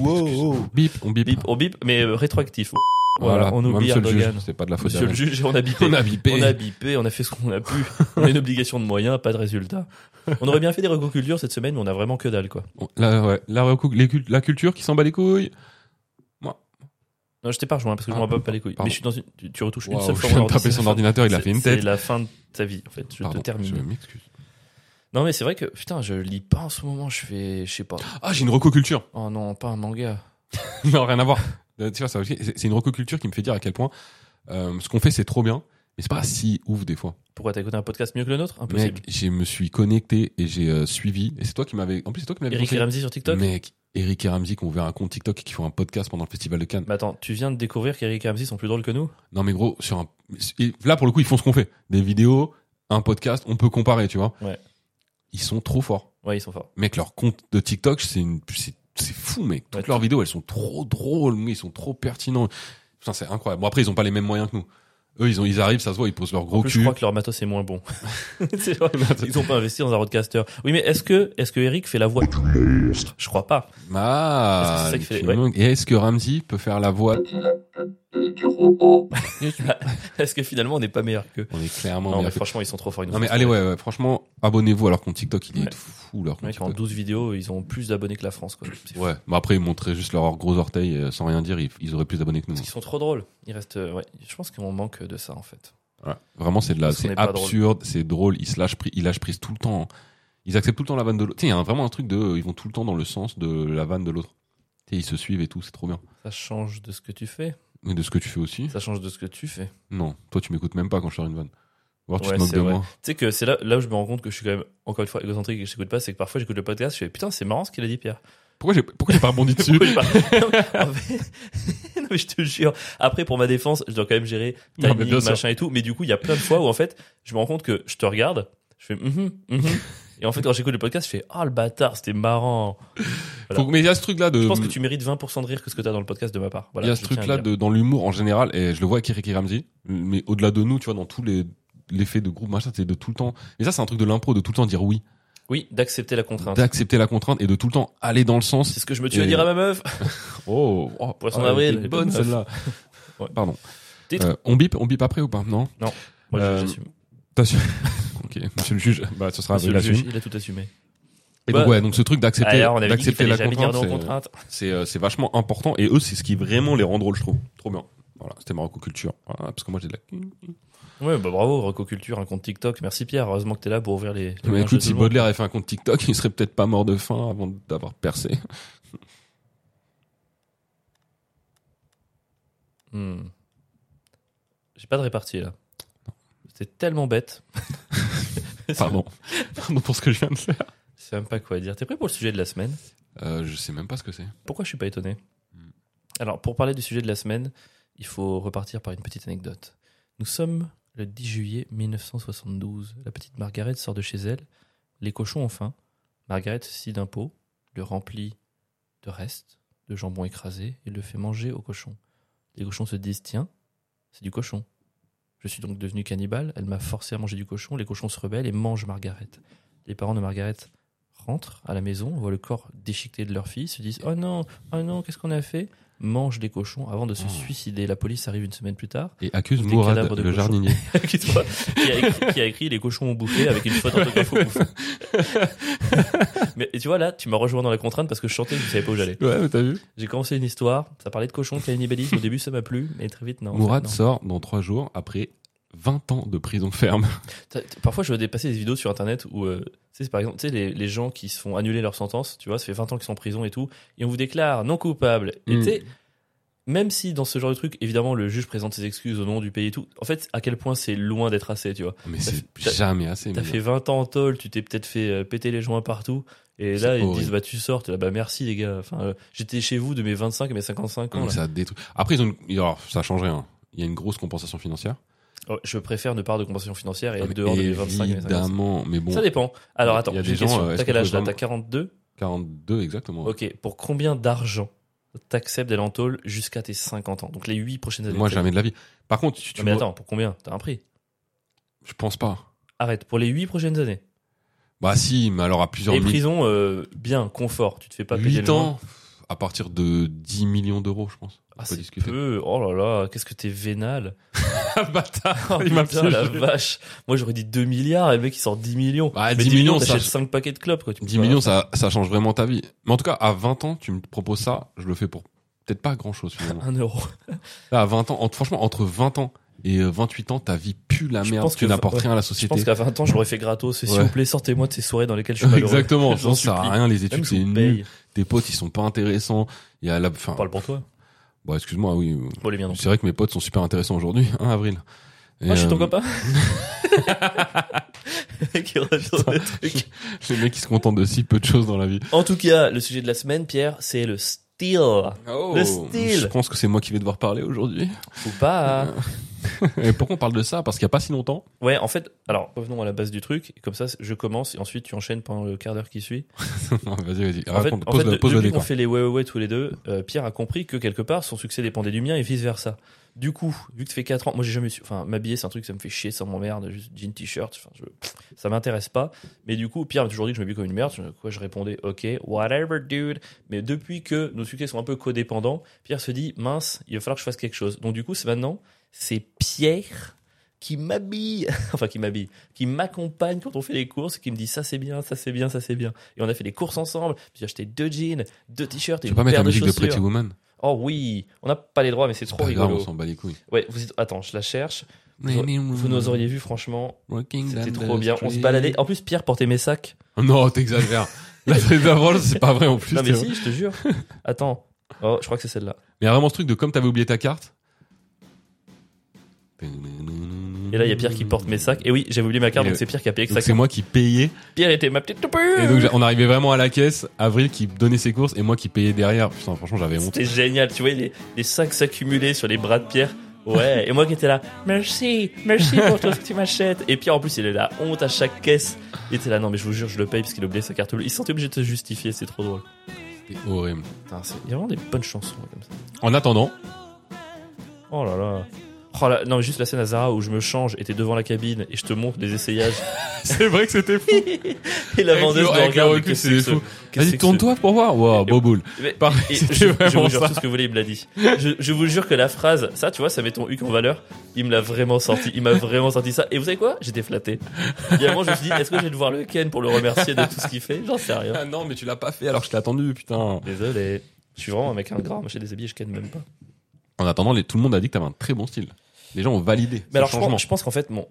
B: Bip, on bip.
A: Bip, on bip, mais euh, rétroactif. Voilà, on
B: Moi,
A: oublie
B: monsieur le juge,
A: Erdogan.
B: C'est pas de la faute
A: Monsieur le
B: d'Erdogan.
A: juge, on a bipé.
B: On a bipé.
A: On a bipé, on a fait ce qu'on a pu. on a une obligation de moyens, pas de résultat. On aurait bien fait des recocultures cette semaine, mais on a vraiment que dalle, quoi.
B: La, ouais, la, recou- les cult- la culture qui s'en bat les couilles. Moi,
A: Non, je t'épargne, hein, parce que je
B: Ah,
A: m'en bats pas les couilles.
B: pardon.
A: Mais je suis dans une, tu, tu retouches une
B: Waouh,
A: seule
B: je
A: fois
B: viens
A: mon
B: de taper
A: ordinateur.
B: son ordinateur, il a
A: C'est-
B: fait une
A: C'est
B: tête.
A: la fin de ta vie, en fait. Je
B: Pardon,
A: te termine.
B: Je m'excuse.
A: Non, mais c'est vrai que, putain, je lis pas en ce moment. Je fais, je sais pas.
B: Ah, j'ai une recoculture.
A: Oh non, pas un manga.
B: non, rien à voir. Euh, Tu vois, ça, c'est c'est une recoculture qui me fait dire à quel point euh, ce qu'on fait, c'est trop bien, mais c'est pas si ouf des fois.
A: Pourquoi t'as écouté un podcast mieux que le nôtre Impossible.
B: Mec, je me suis connecté et j'ai euh, suivi. Et c'est toi qui m'avais. En plus, c'est toi qui m'avais
A: Eric et
B: conseillé.
A: Ramsey sur TikTok
B: Mec, Eric et Ramsey qui ont ouvert un compte TikTok et qui font un podcast pendant le Festival de Cannes.
A: Mais attends, tu viens de découvrir qu'Eric et Ramsey sont plus drôles que nous
B: Non, mais gros, sur un. et Là, pour le coup, ils font ce qu'on fait. Des vidéos, un podcast, on peut comparer, tu vois.
A: Ouais.
B: Ils sont trop forts.
A: Ouais, ils sont forts.
B: Mec, leur compte de TikTok, c'est une, c'est, c'est fou, mec. Toutes
A: Ouais.
B: leurs vidéos, elles sont trop drôles, mais ils sont trop pertinents. Putain, c'est incroyable. Bon, après, ils ont pas les mêmes moyens que nous. Eux, ils ont, ils arrivent, ça se voit, ils posent leur
A: En
B: gros
A: plus, je
B: cul.
A: crois que leur matos est moins bon. C'est vrai, ils ont pas investi dans un roadcaster. Oui, mais est-ce que, est-ce que Eric fait la voix du monstre Je crois pas.
B: Ah,
A: Est-ce que c'est ça qui fait-
B: tu
A: ouais.
B: me manques. Et est-ce que Ramsey peut faire la voix?
A: Est-ce que finalement on n'est pas meilleur que
B: On est clairement.
A: Non, mais
B: bien fait.
A: franchement, ils sont trop forts. ils nous
B: non, mais
A: font
B: allez,
A: trop rire.
B: ouais, ouais, franchement, abonnez-vous à leur compte TikTok, il est
A: Ouais.
B: fou, leur compte
A: Mec, en
B: TikTok.
A: 12 vidéos, ils ont plus d'abonnés que la France, quoi. C'est fou.
B: Ouais. Bah après, ils montraient juste leur gros orteil, euh, sans rien dire, ils, ils auraient plus d'abonnés que nous.
A: Parce qu'ils sont trop drôles. Ils restent, euh, ouais. Je pense qu'on manque de ça, en fait.
B: Voilà. Vraiment, c'est de la,
A: Parce qu'on
B: c'est
A: est pas drôle.
B: absurde, c'est drôle. Ils se lâchent, pri- ils lâchent prise tout le temps. Ils acceptent tout le temps la vanne de l'autre. Tu sais, il y a un- vraiment un truc de, ils vont tout le temps dans le sens de la vanne de l'autre. Tu sais, ils se suivent et tout, c'est trop bien.
A: Ça change de ce que tu fais.
B: Mais de ce que tu fais aussi
A: Ça change de ce que tu fais.
B: Non, toi tu m'écoutes même pas quand je sors une vanne. Voir tu
A: Ouais,
B: te moques
A: c'est
B: de
A: vrai.
B: moi.
A: Tu sais que c'est là, là où je me rends compte que je suis quand même, encore une fois, égocentrique et que je t'écoute pas, c'est que parfois j'écoute le podcast, je fais putain, c'est marrant ce qu'il a dit, Pierre.
B: Pourquoi j'ai, pourquoi j'ai pas rebondi dessus
A: Pourquoi j'ai pas- Non, mais- en fait- non, mais je te jure. Après, pour ma défense, je dois quand même gérer
B: Non, mais
A: timing,
B: bien sûr.
A: machin et tout. Mais du coup, il y a plein de fois où en fait, je me rends compte que je te regarde, je fais mhm, mhm. et en fait, quand j'écoute le podcast, je fais ah le bâtard, c'était marrant.
B: Faut que- Mais il y a ce truc là de.
A: Je pense que tu mérites 20% de rire que ce que t'as dans le podcast de ma part. Voilà,
B: Euh, il y a
A: je
B: ce
A: tiens à
B: truc là
A: le dire.
B: de, dans l'humour en général, et je le vois avec Eric et Ramsey, mais au-delà de nous, tu vois, dans tous les l'effet de groupe, machin, c'est de tout le temps. Mais ça, c'est un truc de l'impro, de tout le temps dire oui,
A: Oui, d'accepter la contrainte.
B: d'accepter la contrainte et de tout le temps aller dans le sens
A: C'est ce que je me tue à
B: Et-
A: dire à ma meuf.
B: Oh, oh
A: Poisson
B: ah,
A: d'avril,
B: elle était bonne
A: bonne
B: celle-là.
A: Ouais.
B: Pardon.
A: Titre.
B: Euh, on bip, on bip après ou pas Non.
A: Moi, je-
B: Euh,
A: j'assume.
B: T'assumes. ok, monsieur le juge. Bah, ce sera
A: Monsieur
B: il
A: le juge,
B: assume.
A: il a tout assumé.
B: Et donc
A: Bah,
B: ouais, donc ce truc d'accepter,
A: Alors, on avait dit qu'il
B: d'accepter
A: fallait
B: la
A: jamais dire
B: contrainte,
A: non
B: c'est,
A: contrainte.
B: c'est, euh, c'est vachement important. Et eux, c'est ce qui vraiment les rend drôles, je trouve. Trop bien. Voilà, c'était Marocco-culture. Voilà, parce que moi, j'ai de la.
A: Ouais, bah bravo, Recoculture, un compte TikTok. Merci Pierre, heureusement que t'es là pour ouvrir les. les
B: Mais
A: mélanges de
B: écoute,
A: tout
B: si
A: le monde.
B: Baudelaire avait fait un compte TikTok, il serait peut-être pas mort de faim avant d'avoir percé.
A: Hmm. J'ai pas de répartie là. C'était tellement bête.
B: Pardon. Pardon pour ce que je viens de faire.
A: Je sais même pas quoi dire. T'es prêt pour le sujet de la semaine
B: Euh, je sais même pas ce que c'est.
A: Pourquoi je suis pas étonné
B: Hmm.
A: Alors, pour parler du sujet de la semaine, il faut repartir par une petite anecdote. Nous sommes le 10 juillet 1972. La petite Margaret sort de chez elle. Les cochons ont faim. Margaret scie d'un pot, le remplit de restes, de jambon écrasé, et le fait manger aux cochons. Les cochons se disent Tiens, c'est du cochon. Je suis donc devenu cannibale. Elle m'a forcé à manger du cochon. Les cochons se rebellent et mangent Margaret. Les parents de Margaret rentrent à la maison, voient le corps déchiqueté de leur fille, se disent Oh non, oh non, qu'est-ce qu'on a fait Mange les cochons avant de se
B: Oh.
A: suicider. La police arrive une semaine plus tard.
B: Et accuse
A: Des
B: Mourad,
A: cadavres de
B: le
A: cochons.
B: jardinier.
A: qui, soit- qui a écrit, qui a écrit Les cochons ont bouffé avec une faute orthographe au bouffon. Mais et tu vois, là, tu m'as rejoint dans la contrainte parce que je chantais, je savais pas où j'allais.
B: Ouais, mais t'as vu
A: J'ai commencé une histoire, ça parlait de cochons, cannibalisme. Au début, ça m'a plu, mais très vite, non. en fait,
B: Mourad
A: non.
B: sort dans trois jours après 20 ans de prison ferme.
A: T'as- t'as- Parfois, je vois dépasser des vidéos sur internet où, euh, tu sais, c'est par exemple, tu sais, les, les gens qui se font annuler leur sentence, tu vois, ça fait 20 ans qu'ils sont en prison et tout, et on vous déclare non coupable. Et
B: Mm.
A: tu sais, même si dans ce genre de truc, évidemment, le juge présente ses excuses au nom du pays et tout, en fait, à quel point c'est loin d'être assez, tu vois.
B: Mais
A: T'as
B: c'est
A: fait- t'as-
B: jamais assez.
A: T'as
B: mais
A: fait 20 ans en tôle, tu t'es peut-être fait euh, péter les joints partout. Et
B: C'est
A: là, ils te
B: horrible.
A: disent, bah, tu sors. T'es là, bah, merci, les gars. Enfin, euh, j'étais chez vous de mes 25 à mes 55 ans.
B: non,
A: là.
B: ça détruit. Après, ils ont une- alors, ça change rien. Il y a une grosse compensation financière.
A: Oh, je préfère ne pas avoir de compensation financière et
B: Non,
A: être
B: mais
A: dehors de mes 25 et mes 55.
B: Ah, évidemment, mais bon,
A: Ça dépend. Alors,
B: Il y a
A: attends,
B: des
A: j'ai une
B: gens, euh,
A: question.
B: est-ce
A: T'as quel
B: qu'on
A: âge,
B: peut
A: là?
B: vraiment-
A: T'as 42?
B: 42 exactement.
A: Ok. Pour combien d'argent t'acceptes d'aller en tôle jusqu'à tes 50 ans? Donc, les 8 prochaines années.
B: Moi,
A: de ta vie.
B: jamais de la vie. Par contre, si tu
A: Non, mais
B: vois-
A: attends, pour combien? T'as un prix.
B: je pense pas.
A: Arrête. Pour les 8 prochaines années.
B: Bah si, mais alors à plusieurs
A: Et
B: millions.
A: prison, euh, bien, confort. Tu te fais pas payer
B: 8
A: le joint.
B: ans à partir de 10 millions d'euros, je pense.
A: Ah,
B: On peut
A: c'est
B: discuter.
A: peu. Oh là là, qu'est-ce que t'es vénal.
B: Ah,
A: Oh,
B: bâtard. Il m'a
A: putain, la
B: piégé.
A: vache. Moi, j'aurais dit 2 milliards et le mec, il sort 10 millions.
B: Bah,
A: Mais
B: 10 millions, ça-
A: 5 paquets de clopes, quoi. Tu peux
B: 10
A: pas-
B: millions, ça, ça change vraiment ta vie. Mais en tout cas, à 20 ans, tu me proposes ça, je le fais pour peut-être pas grand chose finalement.
A: 1 euro.
B: Là, à 20 ans, entre- franchement, entre 20 ans et euh, 28 ans, ta vie pue la
A: Je
B: merde.
A: pense
B: Tu
A: que-
B: n'apportes
A: ouais.
B: rien à la
A: Je
B: société.
A: pense qu'à 20 ans, je l'aurais fait gratos. Et S'il
B: Ouais.
A: vous plaît, sortez-moi de ces soirées dans lesquelles je suis malheureux.
B: Exactement.
A: J'en
B: J'en ça sert à
A: supplie.
B: rien. Les
A: Même
B: études,
A: si
B: c'est
A: on
B: nul.
A: paye,
B: Tes potes, ils sont pas intéressants. Il y a la, enfin,
A: on parle pour toi.
B: bon, excuse-moi, oui.
A: Bon, les miens non.
B: C'est vrai que mes potes sont super intéressants aujourd'hui, 1 avril. Et,
A: Ah, je suis ton
B: euh,
A: copain Qui retourne le truc.
B: Les mecs, qui se contentent de si peu de choses dans la vie.
A: En tout cas, le sujet de la semaine, Pierre, c'est le style. Le style.
B: Je pense que c'est moi qui vais devoir parler aujourd'hui.
A: Ou pas
B: Et pourquoi on parle de ça Parce qu'il n'y a pas si longtemps.
A: Ouais, en fait, alors revenons à la base du truc. Comme ça, je commence et ensuite tu enchaînes pendant le quart d'heure qui suit.
B: Non, vas-y, vas-y.
A: En fait,
B: Raconte,
A: en
B: pose
A: fait,
B: le,
A: de-
B: pose le
A: depuis qu'on
B: décor.
A: fait les ouais ouais ouais tous les deux, euh, Pierre a compris que quelque part son succès dépendait du mien et vice versa. Du coup, vu que ça fait 4 ans, moi j'ai jamais su. Enfin, m'habiller c'est un truc ça me fait chier, ça m'emmerde, juste jean t-shirt, enfin, je- pff, ça m'intéresse pas. Mais du coup, Pierre m'a toujours dit que je m'habille comme une merde, je- quoi je répondais ok, whatever dude. Mais depuis que nos succès sont un peu codépendants, Pierre se dit mince, il va falloir que je fasse quelque chose. Donc du coup, c'est maintenant, c'est Pierre qui m'habille, enfin qui m'habille, qui m'accompagne quand on fait les courses, qui me dit ça c'est bien, ça c'est bien, ça c'est bien. Et on a fait les courses ensemble. J'ai acheté deux jeans, deux t-shirts et
B: Tu
A: une
B: veux pas mettre
A: paire de
B: la musique de, Pretty
A: chaussures.
B: Woman
A: oh oui, on n'a pas les droits, mais c'est trop
B: Pas grave,
A: rigolo.
B: on s'en bat les couilles.
A: ouais, vous êtes- attends, je la cherche. Vous, vous nous auriez vu, franchement, c'était trop bien. On se baladait. En plus, Pierre portait mes sacs.
B: Non, t'exagères. Là, c'est d'avant, c'est pas vrai en plus.
A: Non
B: t'es
A: mais
B: vrai.
A: si, je te jure. Attends, oh, je crois que c'est celle-là.
B: Mais il y a vraiment ce truc de comme t'avais oublié ta carte.
A: Et là, il y a Pierre qui porte mes sacs. Et oui, j'avais oublié ma carte,
B: Et
A: donc
B: le-
A: c'est Pierre qui a payé
B: Donc c'est
A: exactement.
B: moi qui payais.
A: Pierre était ma petite toupie.
B: Et donc on arrivait vraiment à la caisse. Avril qui donnait ses courses et moi qui payais derrière. Putain, franchement, j'avais honte.
A: C'était génial, tu vois, les, les sacs s'accumulaient sur les bras de Pierre. Ouais, et moi qui étais là, merci, merci pour tout ce que tu m'achètes. Et Pierre, en plus, il est la honte à chaque caisse. Il était là, non, mais je vous jure, je le paye parce qu'il a oublié sa carte bleue. Il se sentait obligé de se justifier, c'est trop drôle.
B: C'était horrible.
A: Putain, c'est- il y a vraiment des bonnes chansons là, comme ça.
B: En attendant,
A: Oh là là. Oh là, non, mais juste la scène à Zara où je me change et t'es devant la cabine et je te montre les essayages.
B: c'est vrai que c'était fou.
A: Et la vendeuse me
B: Avec le
A: regarde, mais
B: recul,
A: qu'est-ce
B: c'est
A: que ce-
B: fou.
A: qu'est-ce que
B: Vas-y,
A: ce-
B: tourne-toi pour voir. Wow,
A: Et-
B: beau boule.
A: Mais-
B: Pareil,
A: et- et
B: c'était
A: je, je
B: vraiment
A: vous jure
B: ça.
A: tout ce que vous voulez, il me l'a dit. Je, je vous jure que la phrase, ça, tu vois, ça met ton huc en valeur. Il me l'a vraiment sorti. Il m'a vraiment sorti ça. Et vous savez quoi J'étais flatté. Évidemment, je me suis dit, est-ce que je vais devoir le Ken pour le remercier de tout ce qu'il fait J'en sais rien.
B: Ah non, mais tu l'as pas fait alors que je t'ai attendu, putain.
A: Désolé. Je suis vraiment un mec ingrat. Moi, j'ai des habits, je Ken même pas.
B: En attendant, les- tout le monde a dit que t'avais un très bon style. Les gens ont validé.
A: Mais alors, je
B: changement.
A: pense, je pense qu'en fait, mon,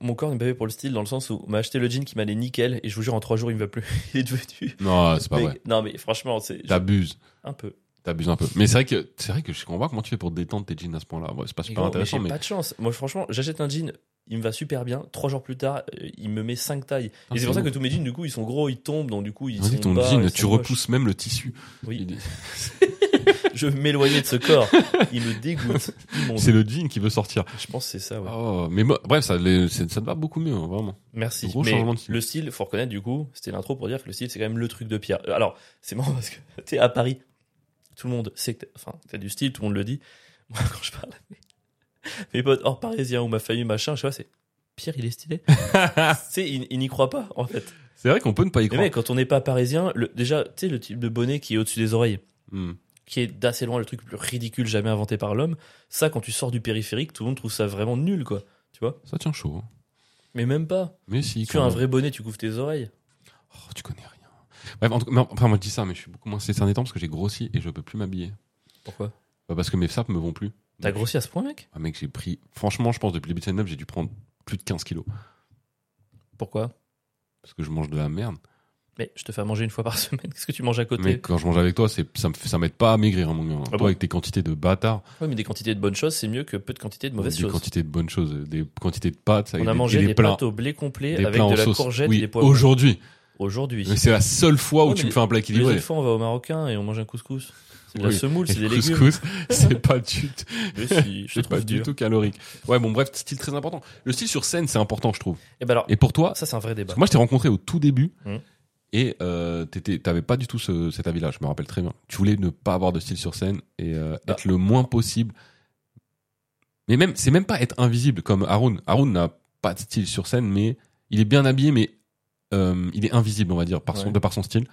A: mon corps n'est pas fait pour le style dans le sens où on m'a acheté le jean qui m'allait nickel et je vous jure, en trois jours, il me va plus. Il est devenu.
B: Non, c'est pas
A: Mais-
B: vrai.
A: Non, mais franchement, c'est
B: T'abuses.
A: un peu.
B: T'abuses un peu. Mais c'est vrai que, c'est vrai que je comprends pas comment tu fais pour détendre tes jeans à ce point-là. Ouais, c'est pas super
A: Gros, mais
B: intéressant,
A: j'ai
B: mais.
A: pas de chance. Moi, franchement, j'achète un jean, il me va super bien. Trois jours plus tard, euh, il me met cinq tailles.
B: Ah,
A: et c'est pour ça
B: c'est
A: que tous mes jeans, du coup, ils sont gros, ils tombent, donc du coup, ils
B: Vas-y,
A: sont
B: ton
A: bas,
B: jean,
A: ils
B: tu
A: sont moches.
B: repousses même le tissu.
A: Oui,
B: Il-
A: je vais m'éloigner de ce corps. Il me dégoûte. Immonde.
B: C'est le jean qui veut sortir.
A: Je pense que c'est ça, ouais.
B: Oh, mais moi- bref, ça, les- c'est- ça te va beaucoup mieux, hein, vraiment.
A: Merci.
B: Gros
A: Mais
B: changement de style.
A: le style, faut reconnaître, du coup, c'était l'intro pour dire que le style, c'est quand même le truc de Pierre. Euh, Alors, c'est marrant parce que, tu sais, à Paris, tout le monde sait que t'as- enfin, t'as du style, tout le monde le dit. Moi, quand je parle à mes, mes potes hors parisiens ou ma famille, machin, je sais pas, c'est Pierre, il est stylé. c'est, il, il n'y croit pas, en fait.
B: C'est vrai qu'on peut ne pas y
A: Mais
B: croire.
A: mec, quand on n'est pas parisien, le, déjà, tu sais, le type de bonnet qui est au-dessus des oreilles,
B: Hmm.
A: qui est d'assez loin le truc le plus ridicule jamais inventé par l'homme, ça, quand tu sors du périphérique, tout le monde trouve ça vraiment nul, quoi. Tu vois
B: Ça tient chaud. hein.
A: Mais même pas.
B: Mais si.
A: Tu as
B: quand
A: un
B: même.
A: vrai bonnet, tu couvres tes oreilles.
B: Oh, tu connais rien. Bref, en tout cas, non, enfin, moi je dis ça, mais je suis beaucoup moins ces derniers temps parce que j'ai grossi et je peux plus m'habiller.
A: Pourquoi
B: Bah, parce que mes sapes me vont plus.
A: T'as grossi à ce point, mec
B: Ah, mec, j'ai pris. Franchement, je pense depuis le début de stand-up, j'ai dû prendre plus de 15 kilos.
A: Pourquoi
B: Parce que je mange de la merde.
A: Mais je te fais à manger une fois par semaine. Qu'est-ce que tu manges à côté
B: Mais quand je mange avec toi, c'est ça me fait- ça m'aide pas à maigrir, hein, mon gars.
A: Ah
B: Toi,
A: bon
B: avec tes quantités de bâtards,
A: Ouais, mais des quantités de bonnes choses, c'est mieux que peu de quantités de mauvaises
B: des
A: choses.
B: quantités de bonnes choses, des quantités de pâtes, avec
A: On a
B: des,
A: mangé
B: et
A: des,
B: des plats.
A: pâtes au blé complet
B: des
A: avec
B: plats
A: de
B: en
A: la
B: sauce.
A: courgette et
B: oui,
A: des poivrons.
B: aujourd'hui.
A: Aujourd'hui.
B: Mais c'est la seule fois où
A: Ouais,
B: tu
A: mais
B: me fais un plat
A: Les
B: équilibré.
A: autres fois, on va au Marocain et on mange un couscous. C'est de la
B: Oui.
A: semoule,
B: Et
A: c'est des légumes.
B: couscous, c'est pas du tout,
A: Mais si, je te
B: c'est pas
A: trouve
B: du
A: dur.
B: tout calorique. Ouais, bon, bref, style très important. Le style sur scène, c'est important, je trouve.
A: Et ben alors,
B: Et pour toi,
A: ça, c'est un vrai débat.
B: Parce que moi, je t'ai rencontré au tout début
A: Mm.
B: et euh, t'étais- t'avais pas du tout ce, cet avis-là, je me rappelle très bien. Tu voulais ne pas avoir de style sur scène et euh,
A: Bah.
B: être le moins possible. Mais même, c'est même pas être invisible comme Haroun. Haroun n'a pas de style sur scène, mais il est bien habillé, mais euh, il est invisible, on va dire, par son,
A: Ouais.
B: de par son style.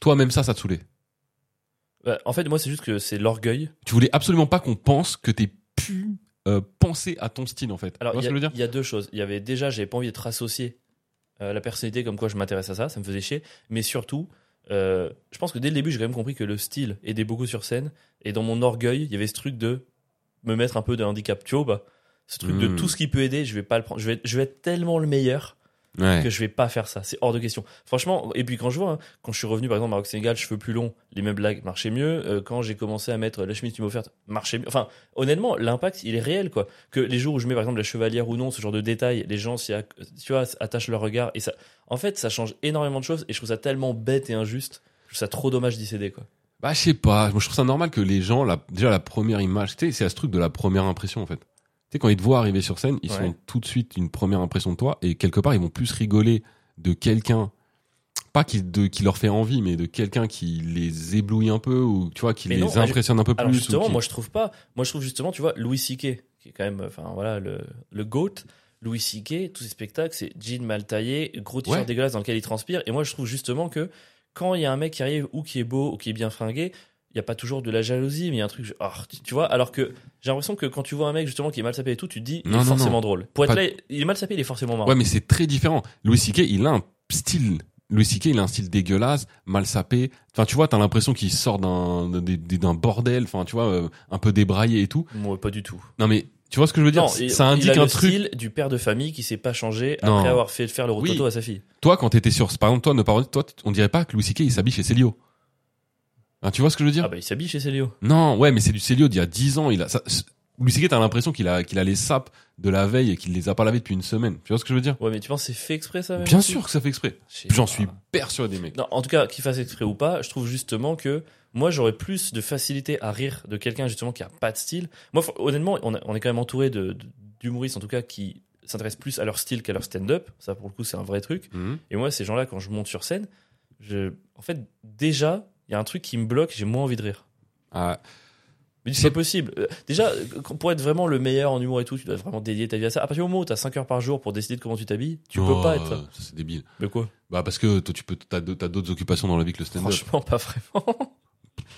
B: Toi, même ça, ça te saoulait.
A: Bah, En fait, moi, c'est juste que c'est l'orgueil.
B: Tu voulais absolument pas qu'on pense que t'aies pu euh, penser à ton style, en fait.
A: Alors,
B: tu vois
A: il
B: ce
A: y,
B: que je veux
A: a-
B: dire
A: il y a deux choses. Il y avait euh, déjà, j'avais pas envie d'être associé à la personnalité comme quoi je m'intéresse à ça, ça me faisait chier. Mais surtout, euh, je pense que dès le début, j'ai quand même compris que le style aidait beaucoup sur scène. Et dans mon orgueil, il y avait ce truc de me mettre un peu de handicap, tu vois, bah, ce truc de
B: Mm.
A: tout ce qui peut aider, je vais pas le prendre. Je vais, je vais être tellement le meilleur
B: Ouais.
A: que je vais pas faire ça. C'est hors de question. Franchement, et puis quand je vois, hein, quand je suis revenu par exemple Maroc Sénégal, cheveux plus longs, les mêmes blagues marchaient mieux. Euh, quand j'ai commencé à mettre la chemise que tu m'as offerte, marchait mieux. Enfin, honnêtement, l'impact il est réel quoi. Que les jours où je mets par exemple la chevalière ou non, ce genre de détails, les gens s'y acc- tu vois, attachent leur regard et ça. En fait, ça change énormément de choses et je trouve ça tellement bête et injuste. Je trouve ça trop dommage d'y céder quoi.
B: Bah, je sais pas. Moi, je trouve ça normal que les gens, la- déjà, la première image, tu sais, c'est à ce truc de la première impression, en fait. Tu sais, quand ils te voient arriver sur scène, ils
A: Ouais.
B: sont tout de suite une première impression de toi, et quelque part, ils vont plus rigoler de quelqu'un, pas qui, de, qui leur fait envie, mais de quelqu'un qui les éblouit un peu, ou tu vois, qui
A: Mais
B: les
A: non, alors-
B: impressionne un peu
A: Alors
B: plus. ou
A: justement,
B: qui-
A: moi je trouve pas. Moi je trouve justement, tu vois, Louis C.K. qui est quand même, enfin voilà, le, le goat. Louis C.K. tous ses spectacles, c'est jean mal taillé, gros t-shirt
B: Ouais.
A: dégueulasse dans lequel il transpire. Et moi je trouve justement que quand il y a un mec qui arrive ou qui est beau ou qui est bien fringué, il y a pas toujours de la jalousie, mais il y a un truc, je- Ah, tu, tu vois. Alors que j'ai l'impression que quand tu vois un mec justement qui est mal sapé et tout, tu te dis, il
B: Non,
A: est
B: non,
A: forcément
B: non.
A: drôle. Pour être
B: Pas-
A: là, il est mal sapé, il est forcément marrant.
B: Ouais, mais c'est très différent. Louis C.K., il a un style. Louis C.K., il a un style dégueulasse, mal sapé. Enfin, tu vois, t'as l'impression qu'il sort d'un, d'un- d'un bordel, enfin, tu vois, euh, un peu débraillé et tout.
A: Moi, pas du tout.
B: Non, mais tu vois ce que je veux dire?
A: Non, il-
B: ça indique
A: il a
B: un
A: le
B: truc.
A: style du père de famille qui s'est pas changé
B: Non.
A: après avoir fait faire le rototo
B: Oui.
A: à sa fille.
B: Toi, quand t'étais sur, par exemple, toi, ne parle, toi, t- on dirait pas que Louis C.K. il s'habille chez Célio. Hein, tu vois ce que je veux dire
A: Ah bah il s'habille chez Célio.
B: Non, ouais, mais c'est du Célio d'il y a 10 ans. Il a, ça, c- Louis C.K. t'as l'impression qu'il a, qu'il a les sapes de la veille et qu'il les a pas lavés depuis une semaine. Tu vois ce que je veux dire
A: Ouais, mais tu penses que c'est bah. fait exprès ça même
B: Bien
A: aussi
B: sûr que ça fait exprès.
A: Je sais
B: J'en
A: pas.
B: suis persuadé, mec.
A: Non, en tout cas, qu'il fasse exprès ou pas, je trouve justement que moi j'aurais plus de facilité à rire de quelqu'un justement qui a pas de style. Moi, faut- honnêtement, on, a- on est quand même entouré de- de- d'humoristes en tout cas qui s'intéressent plus à leur style qu'à leur stand-up. Ça pour le coup, c'est un vrai truc.
B: Mhm.
A: Et moi, ces gens-là, quand je monte sur scène, je, en fait, déjà, il y a un truc qui me bloque, j'ai moins envie de rire.
B: Ah,
A: Mais
B: C'est-
A: c'est possible. Euh, Déjà, euh, pour être vraiment le meilleur en humour et tout, tu dois vraiment dédier ta vie à ça. À partir du moment où t'as 5 heures par jour pour décider de comment tu t'habilles, tu
B: oh,
A: peux pas être ça.
B: ça, C'est débile.
A: Mais quoi
B: Bah, parce que toi, tu peux, t'as d'autres t'as d'autres occupations dans la vie que le stand-up.
A: Franchement, pas vraiment.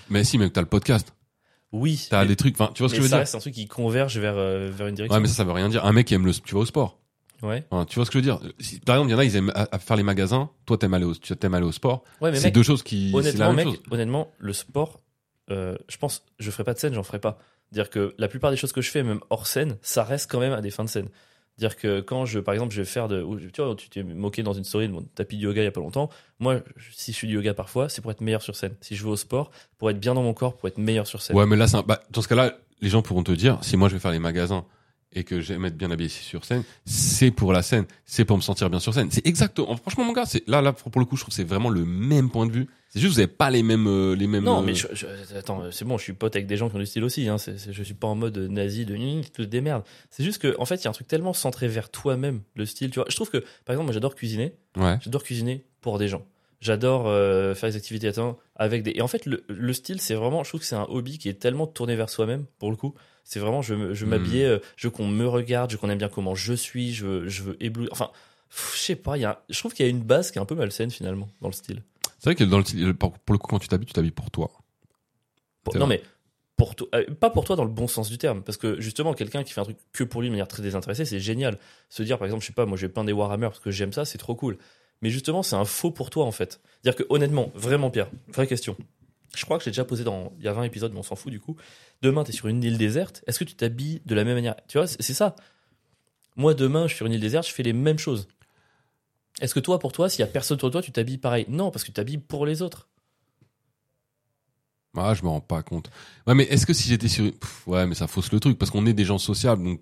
B: Mais si, mec, t'as le podcast.
A: Oui.
B: T'as
A: mais-
B: des trucs, enfin, tu vois ce
A: mais
B: que je veux
A: ça
B: dire?
A: reste un truc qui converge vers, euh, vers une direction.
B: Ouais, mais ça, ça veut rien dire. Un mec qui aime le, tu vas au sport.
A: Ouais. Ouais,
B: Hein, tu vois ce que je veux dire Si- Par exemple, il y en a, ils aiment à- à faire les magasins. Toi, t'aimes aller au, tu aimes aller au sport.
A: mais
B: C'est
A: mec,
B: deux choses qui, c'est la
A: honnêtement,
B: même
A: mec,
B: chose.
A: honnêtement, le sport, euh, je pense, je ferai pas de scène, j'en ferai pas. Dire que la plupart des choses que je fais, même hors scène, ça reste quand même à des fins de scène. Dire que quand je, par exemple, je vais faire de, ou- tu vois, tu t'es moqué dans une story de mon tapis de yoga il y a pas longtemps. Moi, je- si je suis du yoga parfois, c'est pour être meilleur sur scène. Si je vais au sport, pour être bien dans mon corps, pour être meilleur sur scène.
B: Ouais, mais là, c'est un- bah, dans ce cas-là, les gens pourront te dire, si moi je vais faire les magasins et que j'aime être bien habillé sur scène, c'est pour la scène, c'est pour me sentir bien sur scène. C'est exactement. Franchement, mon gars, c'est là, là pour pour le coup, je trouve que c'est vraiment le même point de vue. C'est juste que vous avez pas les mêmes, euh, les mêmes.
A: Non,
B: euh,
A: mais je- je- attends, euh, c'est bon, je suis pote avec des gens qui ont du style aussi. Hein, c'est- c'est- je suis pas en mode nazi de ni tout des merdes. C'est juste que, en fait, il y a un truc tellement centré vers toi-même, le style. Tu vois, je trouve que, par exemple, moi, j'adore cuisiner.
B: Ouais.
A: J'adore cuisiner pour des gens. J'adore euh, faire des activités à temps avec des. Et en fait, le, le style, c'est vraiment. Je trouve que c'est un hobby qui est tellement tourné vers soi-même, pour le coup. C'est vraiment, je me- je veux
B: Hmm.
A: m'habiller, euh, je veux qu'on me regarde, je veux qu'on aime bien comment je suis, je veux, je veux éblouir. Enfin, pff, je sais pas, il y a, je trouve qu'il y a une base qui est un peu malsaine, finalement, dans le style.
B: C'est vrai que dans le, style- pour pour le coup, quand tu t'habilles, tu t'habilles pour toi.
A: Pour-
B: C'est
A: non mais pour toi, euh, pas pour toi dans le bon sens du terme, parce que justement quelqu'un qui fait un truc que pour lui de manière très désintéressée, c'est génial. Se dire par exemple, je sais pas, moi je vais peindre des Warhammer parce que j'aime ça, c'est trop cool. Mais justement, c'est un faux pour toi en fait. Dire que honnêtement, vraiment Pierre, vraie question. Je crois que j'ai déjà posé dans il y a 20 épisodes, mais on s'en fout du coup. Demain, t'es sur une île déserte. Est-ce que tu t'habilles de la même manière Tu vois, c'est c'est ça. Moi demain, je suis sur une île déserte, je fais les mêmes choses. Est-ce que toi, pour toi, s'il y a personne autour de toi, tu t'habilles pareil Non, parce que tu t'habilles pour les autres.
B: Ah, je me rends pas compte. Ouais, mais est-ce que si j'étais sur, Pff, ouais, mais ça fausse le truc parce qu'on est des gens sociables, donc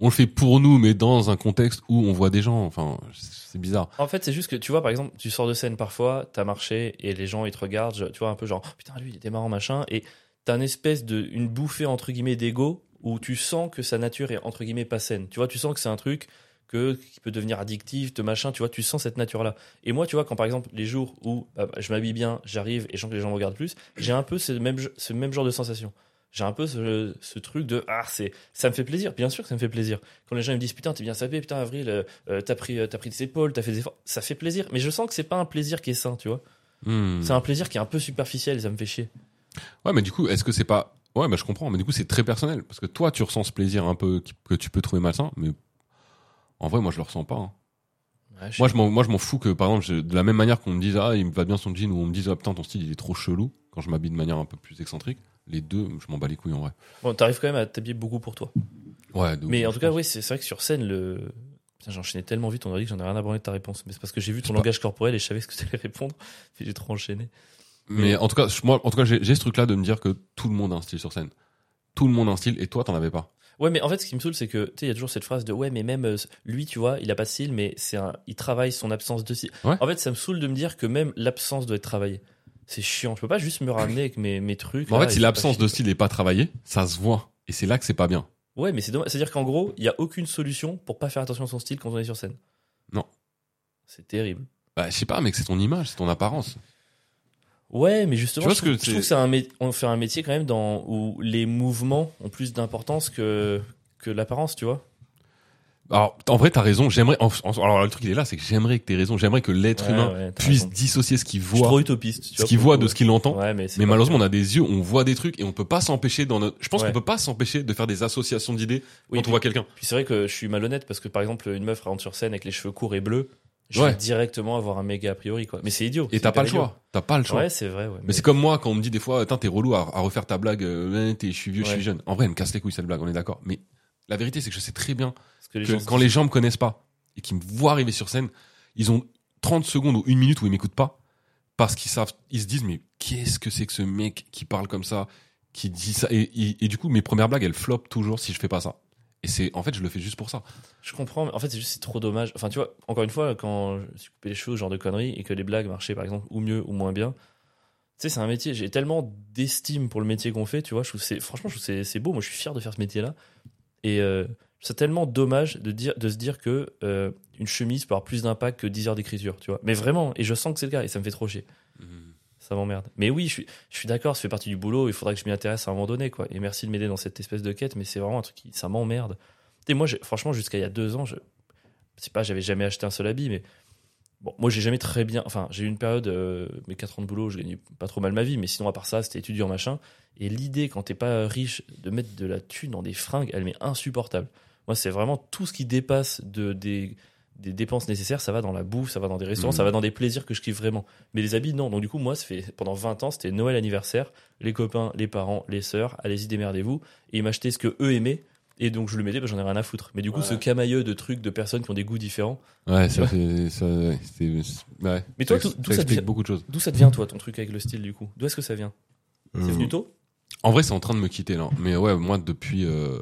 B: on le fait pour nous, mais dans un contexte où on voit des gens. Enfin, c'est bizarre.
A: En fait, c'est juste que tu vois, par exemple, tu sors de scène parfois, t'as marché et les gens ils te regardent, je- tu vois, un peu genre putain, lui il était marrant, machin, et t'as une espèce de une bouffée entre guillemets d'ego où tu sens que sa nature est entre guillemets pas saine. Tu vois, tu sens que c'est un truc que, qui peut devenir addictif, de machin, tu vois, tu sens cette nature là. Et moi, tu vois, quand par exemple, les jours où bah, je m'habille bien, j'arrive et je sens que les gens me regardent plus, j'ai un peu ce même, ce même genre de sensation. J'ai un peu ce, ce truc de ah c'est ça me fait plaisir bien sûr que ça me fait plaisir quand les gens ils me disent putain t'es bien sapé putain Avril euh, euh, t'as pris euh, t'as pris des épaules t'as fait des efforts ça fait plaisir mais je sens que c'est pas un plaisir qui est sain tu vois
B: Hmm.
A: c'est un plaisir qui est un peu superficiel et ça me fait chier
B: Ouais, mais du coup, est-ce que c'est pas. Ouais, bah, je comprends, mais du coup, c'est très personnel. Parce que toi, tu ressens ce plaisir un peu qui- que tu peux trouver malsain, mais en vrai, moi, je le ressens pas. hein.
A: Ouais, je
B: Moi, je m'en, moi, je m'en fous que, par exemple, je- de la même manière qu'on me dise, ah, il me va bien son jean, ou on me dise, ah, putain, ton style, il est trop chelou, quand je m'habille de manière un peu plus excentrique, les deux, je m'en bats les couilles en vrai.
A: Bon, t'arrives quand même à t'habiller beaucoup pour toi.
B: Ouais, de ouf,
A: Mais en
B: je
A: tout cas,
B: pense.
A: oui, c'est c'est vrai que sur scène, le. Putain, j'enchaînais tellement vite, on aurait dit que j'en ai rien à branler de ta réponse. Mais c'est parce que j'ai vu ton
B: pas-
A: langage corporel et je savais ce que t'allais répondre. Et j'ai trop enchaîné.
B: Mais en tout cas, je- moi, en tout cas, j'ai, j'ai ce truc-là de me dire que tout le monde a un style sur scène. Tout le monde a un style, et toi, t'en avais pas.
A: Ouais, mais en fait, ce qui me saoule, c'est que, tu sais, il y a toujours cette phrase de ouais, mais même euh, lui, tu vois, il a pas de style, mais c'est un, il travaille son absence de style.
B: Ouais.
A: En fait, ça me saoule de me dire que même l'absence doit être travaillée. C'est chiant. Je peux pas juste me ramener avec mes, mes trucs.
B: Mais en
A: là,
B: fait,
A: et
B: si
A: je peux pas
B: l'absence
A: chier,
B: de style n'est pas travaillée, ça se voit. Et c'est là que c'est pas bien.
A: quoi. Ouais, mais c'est dommage. C'est-à-dire qu'en gros, il y a aucune solution pour pas faire attention à son style quand on est sur scène.
B: Non.
A: C'est terrible.
B: Bah, je sais pas, mec, c'est ton image, c'est ton apparence.
A: Ouais, mais justement,
B: Tu vois
A: je,
B: ce que
A: trouve, je
B: c'est-
A: trouve que c'est un, mé- on fait un métier quand même dans, où les mouvements ont plus d'importance que, que l'apparence, tu vois.
B: Alors, en vrai, t'as raison. J'aimerais. en- en- alors, le truc, il est là, c'est que j'aimerais que t'aies raison. J'aimerais que l'être
A: Ouais,
B: humain
A: ouais, t'as
B: puisse
A: raison.
B: dissocier ce qu'il
A: Je suis trop
B: voit,
A: utopiste. tu
B: ce
A: vois,
B: qu'il
A: pour
B: voit
A: le coup,
B: de ce qu'il entend.
A: ouais. Ouais, mais, c'est
B: Mais
A: pas-
B: malheureusement, on a des yeux, on voit des trucs et on peut pas s'empêcher dans notre. Je pense
A: Ouais.
B: qu'on peut pas s'empêcher de faire des associations d'idées
A: Oui,
B: quand on
A: puis-
B: voit quelqu'un.
A: Puis c'est vrai que je suis malhonnête parce que par exemple une meuf rentre sur scène avec les cheveux courts et bleus, je
B: Ouais.
A: vais directement avoir un méga a priori quoi. Mais c'est idiot.
B: Et
A: c'est
B: t'as pas le
A: hyper
B: choix. T'as pas le
A: idiot.
B: choix.
A: Ouais, c'est vrai. ouais.
B: mais c'est comme moi quand on me dit des fois, Tain, t'es relou à, à refaire ta blague. euh, Eh, t'es- je suis vieux, je suis
A: Ouais.
B: jeune. En vrai, elle me casse les couilles cette blague. On est d'accord. Mais la vérité, c'est que je sais très bien
A: parce que les
B: que
A: gens se
B: quand les gens me connaissent pas et qu'ils me voient arriver sur scène, ils ont 30 secondes ou une minute où ils m'écoutent pas parce qu'ils savent, ils se disent mais qu'est-ce que c'est que ce mec qui parle comme ça, qui dit ça et, et- et du coup mes premières blagues elles flopent toujours si je fais pas ça. Et c'est en fait je le fais juste pour ça.
A: Je comprends, mais en fait, c'est juste c'est trop dommage. Enfin, tu vois, encore une fois, quand je me suis coupé les cheveux, ce genre de conneries, et que les blagues marchaient, par exemple, ou mieux ou moins bien, tu sais, c'est un métier. J'ai tellement d'estime pour le métier qu'on fait, tu vois. Je trouve que c'est, franchement, je trouve que c'est, c'est beau. Moi, je suis fier de faire ce métier-là. Et euh, c'est tellement dommage de, dire, de se dire que euh, une chemise peut avoir plus d'impact que 10 heures d'écriture, tu vois. Mais vraiment, et je sens que c'est le cas, et ça me fait trop chier. Ça m'emmerde. Mais oui, je suis, je suis d'accord, ça fait partie du boulot, il faudra que je m'y intéresse à un moment donné, quoi. Et merci de m'aider dans cette espèce de quête, mais c'est vraiment un truc qui, ça m'emmerde. Tu sais, moi, j'ai- franchement, jusqu'à il y a deux ans, je sais pas, j'avais jamais acheté un seul habit, mais bon, moi, j'ai jamais très bien, enfin, j'ai eu une période, euh, mes quatre ans de boulot, je gagnais pas trop mal ma vie, mais sinon, à part ça, c'était étudiant, machin. Et l'idée, quand t'es pas riche, de mettre de la thune dans des fringues, elle m'est insupportable. Moi, c'est vraiment tout ce qui dépasse de, des, des dépenses nécessaires, ça va dans la bouffe, ça va dans des restaurants,
B: Mhm.
A: ça va dans des plaisirs que je kiffe vraiment. Mais les habits, non. Donc, du coup, moi, ça fait, pendant 20 ans, c'était Noël anniversaire, les copains, les parents, les sœurs, allez-y, démerdez-vous. Et ils m'achetaient ce que eux aimaient. Et donc, je le mettais, parce que j'en ai rien à foutre. Mais du coup,
B: Ouais.
A: ce camailleux de trucs, de personnes qui ont des goûts différents.
B: Ouais,
A: ça
B: ouais.
A: Mais toi, Ça d'où- ex- d'où ça ça explique devient-
B: beaucoup de choses.
A: D'où ça te vient, toi, ton truc avec le style, du coup D'où est-ce que ça vient
B: Hmm.
A: C'est venu tôt
B: En vrai, c'est en train de me quitter là. Mais ouais, moi depuis, euh,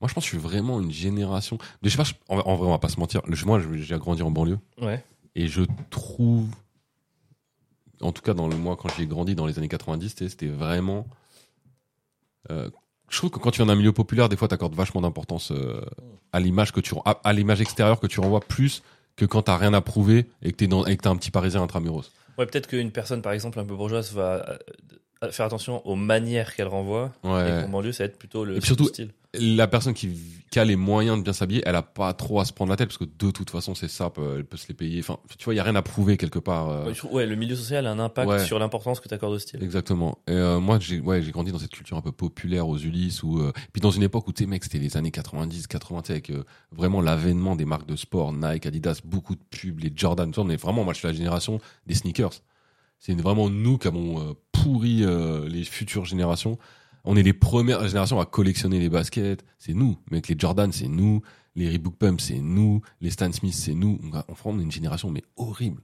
B: moi je pense que je suis vraiment une génération. Je sais pas, je- en en vrai, on va pas se mentir. Le- Moi, je- j'ai grandi en banlieue.
A: Ouais.
B: Et je trouve, en tout cas dans le mois quand j'ai grandi dans les années 90, tu sais, c'était vraiment. euh, je trouve que quand tu viens d'un milieu populaire, des fois, t'accordes vachement d'importance euh, à l'image que tu à, à l'image extérieure que tu renvoies plus que quand t'as rien à prouver et que t'es dans et que t'es un petit Parisien intramuros.
A: Ouais, peut-être qu'une personne, par exemple, un peu bourgeoise, va euh, faire attention aux manières qu'elle renvoie. Et
B: Ouais.
A: pour banlieue, ça va être plutôt le
B: Et puis surtout,
A: le style.
B: La personne qui, qui a les moyens de bien s'habiller, elle a pas trop à se prendre la tête parce que de toute façon, c'est ça, peut- elle peut se les payer. Enfin, tu vois, il y a rien à prouver quelque part. euh,
A: Ouais, je trouve- ouais, le milieu social a un impact
B: Ouais.
A: sur l'importance que tu accordes au style.
B: Exactement. Et euh, moi, j'ai ouais, j'ai grandi dans cette culture un peu populaire aux Ulysses, ou euh, puis dans une époque où tu sais, mec, c'était les années 90, 80, tu sais, avec euh, vraiment l'avènement des marques de sport, Nike, Adidas, beaucoup de pubs, les Jordan, tout ça, on est vraiment, moi, je suis la génération des sneakers. C'est une- vraiment nous qui avons euh, pourri euh, les futures générations. On est les premières générations à collectionner les baskets. C'est nous, mec. Les Jordan, c'est nous. Les Reebok Pump, c'est nous. Les Stan Smith, c'est nous. On, va- on est une génération, mais horrible.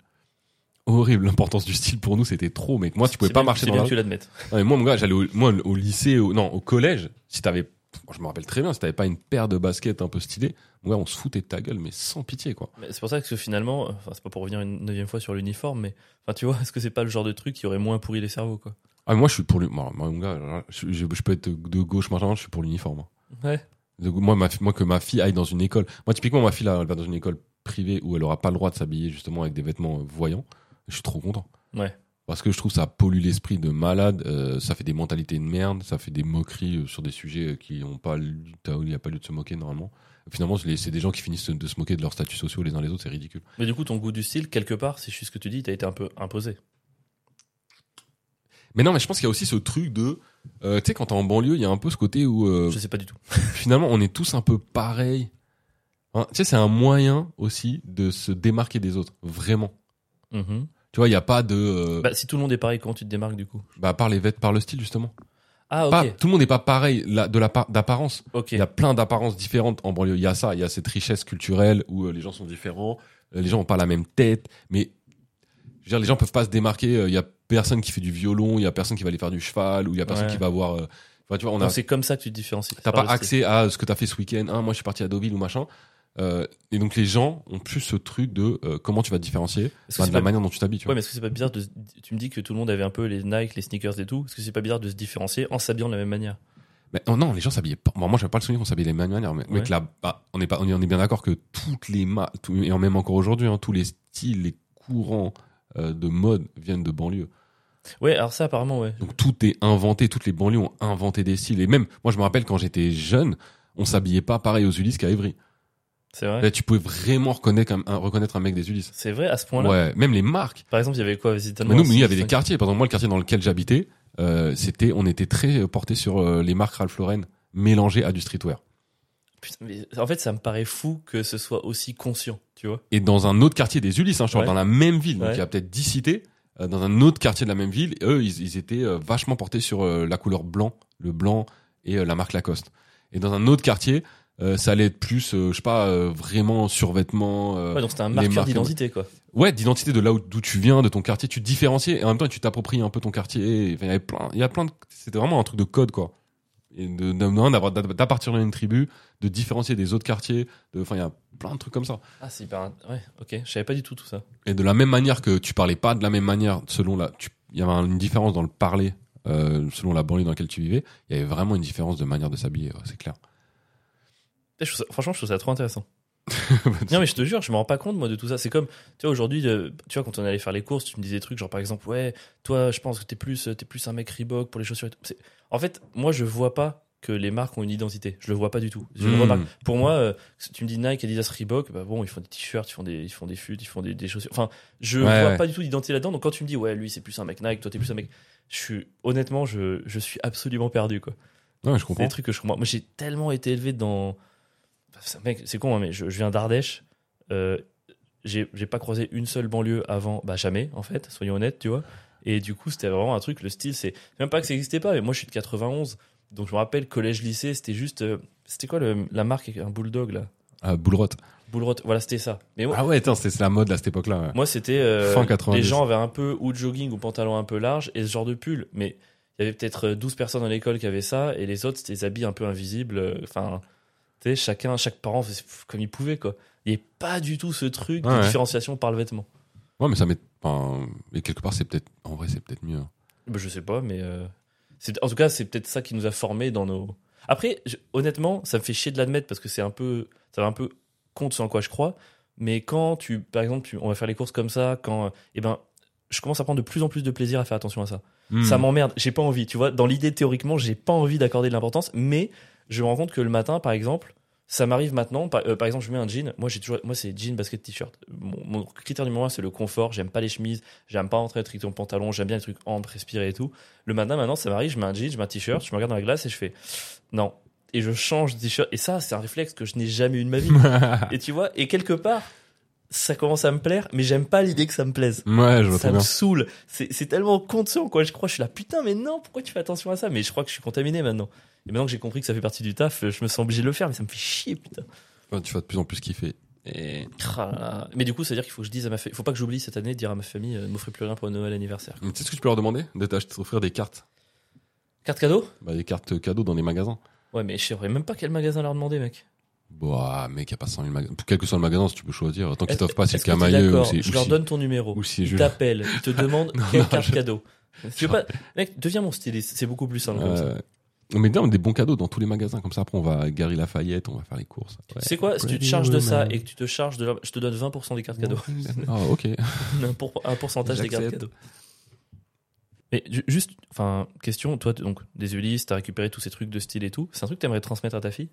B: Horrible. L'importance du style pour nous, c'était trop, mec. Moi, tu pouvais
A: C'est
B: pas
A: bien-
B: marcher
A: c'est
B: dans
A: bien
B: la
A: que tu l'admettes.
B: non, mais moi, mon gars, j'allais au, moi, au lycée, au- non, au collège, si t'avais, je me rappelle très bien, si t'avais pas une paire de baskets un peu stylée, mon gars, on se foutait de ta gueule, mais sans pitié, quoi.
A: Mais C'est pour ça que finalement, enfin, c'est pas pour revenir une neuvième fois sur l'uniforme, mais enfin, tu vois, est-ce que c'est pas le genre de truc qui aurait moins pourri les cerveaux, quoi
B: Ah, mais moi, je suis pour le, moi, moi, mon gars, alors, je, je- je peux être de gauche, machin, je suis pour l'uniforme. hein.
A: Ouais.
B: De- Moi, ma, fi- moi, que ma fille aille dans une école. Moi, typiquement, ma fille, là, elle va dans une école privée où elle aura pas le droit de s'habiller, justement, avec des vêtements euh, voyants. Je suis trop content.
A: Ouais.
B: Parce que je trouve ça pollue l'esprit de malade, euh, ça fait des mentalités de merde, ça fait des moqueries euh, sur des sujets euh, qui n'ont pas, lieu- où il n'y a pas lieu de se moquer normalement. Finalement, c'est les- c'est des gens qui finissent de se moquer de leurs statuts sociaux les uns les autres, c'est ridicule.
A: Mais du coup, ton goût du style, quelque part, si je suis ce que tu dis, t'as été un peu imposé.
B: Mais non, mais je pense qu'il y a aussi ce truc de, euh, tu sais, quand t'es en banlieue, il y a un peu ce côté où euh,
A: Je sais pas du tout.
B: finalement on est tous un peu pareils. Hein, tu sais, c'est un moyen aussi de se démarquer des autres, vraiment.
A: Mhm.
B: Tu vois, il n'y a pas de. euh, bah,
A: Bah, si tout le monde est pareil, comment tu te démarques du coup
B: par les vêtements, par le style, justement.
A: Ah, ok.
B: Pas, tout le monde n'est pas pareil la- de la par- d'apparence.
A: ok.
B: Il y a plein d'apparences différentes en banlieue. Il y a ça, il y a cette richesse culturelle où euh, les gens sont différents, euh, les gens n'ont pas la même tête, mais je veux dire, les gens peuvent pas se démarquer. euh, Il y a personne qui fait du violon, il y a personne qui va aller faire du cheval, ou il y a personne
A: Ouais.
B: qui va avoir. euh, Enfin, tu vois, on
A: Non,
B: a
A: C'est comme ça que tu te différencies.
B: T'as
A: Par
B: pas
A: le style.
B: accès à ce que t'as fait ce week-end. Ah, moi, je suis parti à Deauville ou machin. Euh, et donc, les gens ont plus ce truc de euh, comment tu vas te différencier
A: Est-ce que c'est
B: bah, de la
A: pas-
B: manière dont tu t'habilles. tu
A: Ouais,
B: vois.
A: mais est-ce que c'est pas bizarre de. se- Tu me dis que tout le monde avait un peu les Nike, les sneakers et tout. Est-ce que c'est pas bizarre de se différencier en s'habillant de la même manière
B: Mais oh non, les gens s'habillaient pas. Moi, moi j'avais pas le souvenir qu'on s'habillait de la même manière. Mais, mais
A: Ouais.
B: que là, bah, on est pas, on est, on est bien d'accord que toutes les ma- tout- et même encore aujourd'hui, hein, tous les styles, les courants euh, de mode viennent de banlieue.
A: Ouais, alors ça, apparemment, ouais.
B: Donc tout est inventé. Toutes les banlieues ont inventé des styles. Et même, moi, je me rappelle quand j'étais jeune, on s'habillait pas pareil aux Ulysses qu'à Évry.
A: C'est vrai.
B: Là, tu pouvais vraiment reconnaître un, un- reconnaître un mec des Ulysses.
A: C'est vrai à ce point-là.
B: Ouais, même les marques.
A: Par exemple, il y avait quoi Vas-y,
B: Mais
A: donne-moi
B: nous,
A: un
B: mais il y avait des
A: cinq.
B: quartiers. Par exemple, moi, le quartier dans lequel j'habitais, euh, c'était, on était très euh, porté sur euh, les marques Ralph Lauren mélangées à du streetwear.
A: Putain, mais en fait, ça me paraît fou que ce soit aussi conscient, tu vois.
B: et dans un autre quartier des Ulysses, hein, je parle
A: Ouais.
B: dans la même ville, donc
A: Ouais.
B: il y a peut-être 10 cités, euh, dans un autre quartier de la même ville, et eux, ils, ils étaient euh, vachement portés sur euh, la couleur blanc, le blanc et euh, la marque Lacoste. Et dans un autre quartier, euh, ça allait être plus, euh, je sais pas, euh, vraiment survêtement, euh,
A: Ouais, donc c'était un
B: les
A: marqueur
B: marques-
A: d'identité, quoi.
B: ouais, d'identité de là où- d'où tu viens, de ton quartier, tu te différenciais, et en même temps, tu t'appropries un peu ton quartier, et, enfin, il y avait plein, il y a plein de, c'était vraiment un truc de code, quoi. Et de, de- non, d'avoir- d'appartenir à une tribu, de différencier des autres quartiers, de- enfin, il y a plein de trucs comme ça.
A: Ah, c'est hyper. int- Ouais, ok. Je savais pas du tout tout ça.
B: Et de la même manière que tu parlais pas de la même manière selon la, tu- il y avait un- une différence dans le parler euh, selon la banlieue dans laquelle tu vivais. Il y avait vraiment une différence de manière de s'habiller, ouais, c'est clair.
A: Je trouve ça- Franchement, je trouve ça trop intéressant. non, mais je te jure, je me rends pas compte, moi, de tout ça. C'est comme, tu vois, aujourd'hui, euh, tu vois, quand on allait faire les courses, tu me disais des trucs, genre, par exemple, ouais, toi, je pense que t'es plus, euh, t'es plus un mec Reebok pour les chaussures et tout. C'est- En fait, moi, je vois pas que les marques ont une identité. Je le vois pas du tout. Je le
B: Hmm.
A: remarque. Pour moi, euh, si tu me dis Nike, Adidas, Reebok, bah bon, ils font des t-shirts, ils font des, ils font des futes, ils font des, des chaussures. Enfin, je
B: Ouais,
A: vois
B: ouais.
A: pas du tout d'identité là-dedans. Donc quand tu me dis, ouais, lui c'est plus un mec Nike, toi t'es plus un mec, je suis honnêtement, je, je suis absolument perdu quoi.
B: Ouais, je
A: C'est des
B: comprends.
A: trucs que je comprends. Moi, j'ai tellement été élevé dans. Enfin, c'est- mec, c'est con, hein, mais je, je viens d'Ardèche. Euh, j'ai j'ai pas croisé une seule banlieue avant, bah jamais, en fait, soyons honnêtes, tu vois. Et du coup, c'était vraiment un truc, le style, c'est. c'est Même pas que ça existait pas, mais moi, je suis de 91. Donc, je me rappelle, collège-lycée, c'était juste. euh, C'était quoi le- la marque avec un bulldog, là
B: Ah, Bullrot.
A: Bullrot, voilà, c'était ça. Mais ouais,
B: Ah ouais, attends, c'est c'est la mode là, à cette époque-là. ouais.
A: moi, c'était euh,
B: Fin 90.
A: les gens avaient un peu ou jogging ou pantalon un peu large et ce genre de pull. Mais il y avait peut-être euh, 12 personnes dans l'école qui avaient ça et les autres, c'était des habits un peu invisibles. euh, Enfin, tu sais, chacun, chaque parent faisait comme il pouvait, quoi. Il n'y a pas du tout ce truc
B: Ouais,
A: de
B: ouais.
A: différenciation par le vêtement.
B: Ouais, mais ça m'est. Enfin, mais quelque part, c'est peut-être. En vrai, c'est peut-être mieux.
A: Ben, je sais pas, mais euh, c'est- en tout cas, c'est peut-être ça qui nous a formés dans nos. Après, je- honnêtement, ça me fait chier de l'admettre parce que c'est un peu, ça va un peu contre ce en quoi je crois. Mais quand tu, par exemple, tu- on va faire les courses comme ça, quand, euh, eh ben, je commence à prendre de plus en plus de plaisir à faire attention à ça. Ça
B: Hmm.
A: m'emmerde, j'ai pas envie. Tu vois, dans l'idée théoriquement, j'ai pas envie d'accorder de l'importance, mais je me rends compte que le matin, par exemple, ça m'arrive maintenant. Par, euh, par exemple, je mets un jean. Moi, j'ai toujours, moi, c'est jean, basket, t-shirt. Mon, mon critère numéro un, c'est le confort. J'aime pas les chemises. J'aime pas rentrer avec ton pantalon. J'aime bien les trucs amples, respirer et tout. Le matin, maintenant, ça m'arrive. Je mets un jean, je mets un t-shirt. Je me regarde dans la glace et je fais non. Et je change de t-shirt. Et ça, c'est un réflexe que je n'ai jamais eu de ma vie.
B: Hmm.
A: et tu vois, et quelque part, ça commence à me plaire, mais j'aime pas l'idée que ça me plaise
B: ouais, je vois
A: ça
B: très
A: me
B: bien.
A: saoule. C'est c'est tellement conscient, quoi. Je crois, je suis là, putain, mais non, pourquoi tu fais attention à ça Mais je crois que je suis contaminé maintenant. Et maintenant que j'ai compris que ça fait partie du taf, je me sens obligé de le faire, mais ça me fait chier, putain.
B: Ouais, tu vas de plus en plus kiffer. Et...
A: Ah là là. Mais du coup, ça veut dire qu'il faut que je dise à ma famille, faut pas que j'oublie cette année de dire à ma famille, euh, ne m'offrez plus rien pour Noël anniversaire.
B: Mais Tu sais ce que tu peux leur demander De t'acheter, t'offrir des cartes.
A: Carte cadeau
B: Bah, des cartes cadeaux dans les magasins.
A: Ouais, mais je saurais même pas quel magasin leur demander, mec.
B: Bah, mec, y a pas 100 000 magasins. Quel que soit le magasin, si tu peux choisir. Tant qu'ils
A: Est-ce-
B: t'offrent pas, c'est
A: est-ce
B: le
A: que t'es
B: camailleux ou
A: d'accord
B: c'est.
A: Je
B: ou
A: leur
B: si-
A: donne ton numéro.
B: Ou si
A: Ils
B: je.
A: t'appellent, ils te demandent quelle
B: non,
A: carte
B: je-
A: cadeau. Tu veux pas... Mec, deviens mon styliste, c'est beaucoup plus simple comme ça.
B: Euh, mais non, des bons cadeaux dans tous les magasins. Comme ça, après, on va à Gary Lafayette, on va faire les courses.
A: Tu sais quoi, si tu te charges de ça et que tu te charges de leur- Je te donne 20% des cartes cadeaux.
B: Ah, ok.
A: un, pour- un pourcentage des cartes
B: J'accepte.
A: cadeaux. Mais ju- juste, enfin, question, toi, t- donc, des Ulysses, t'as récupéré tous ces trucs de style et tout. C'est un truc que t'aimerais transmettre à ta fille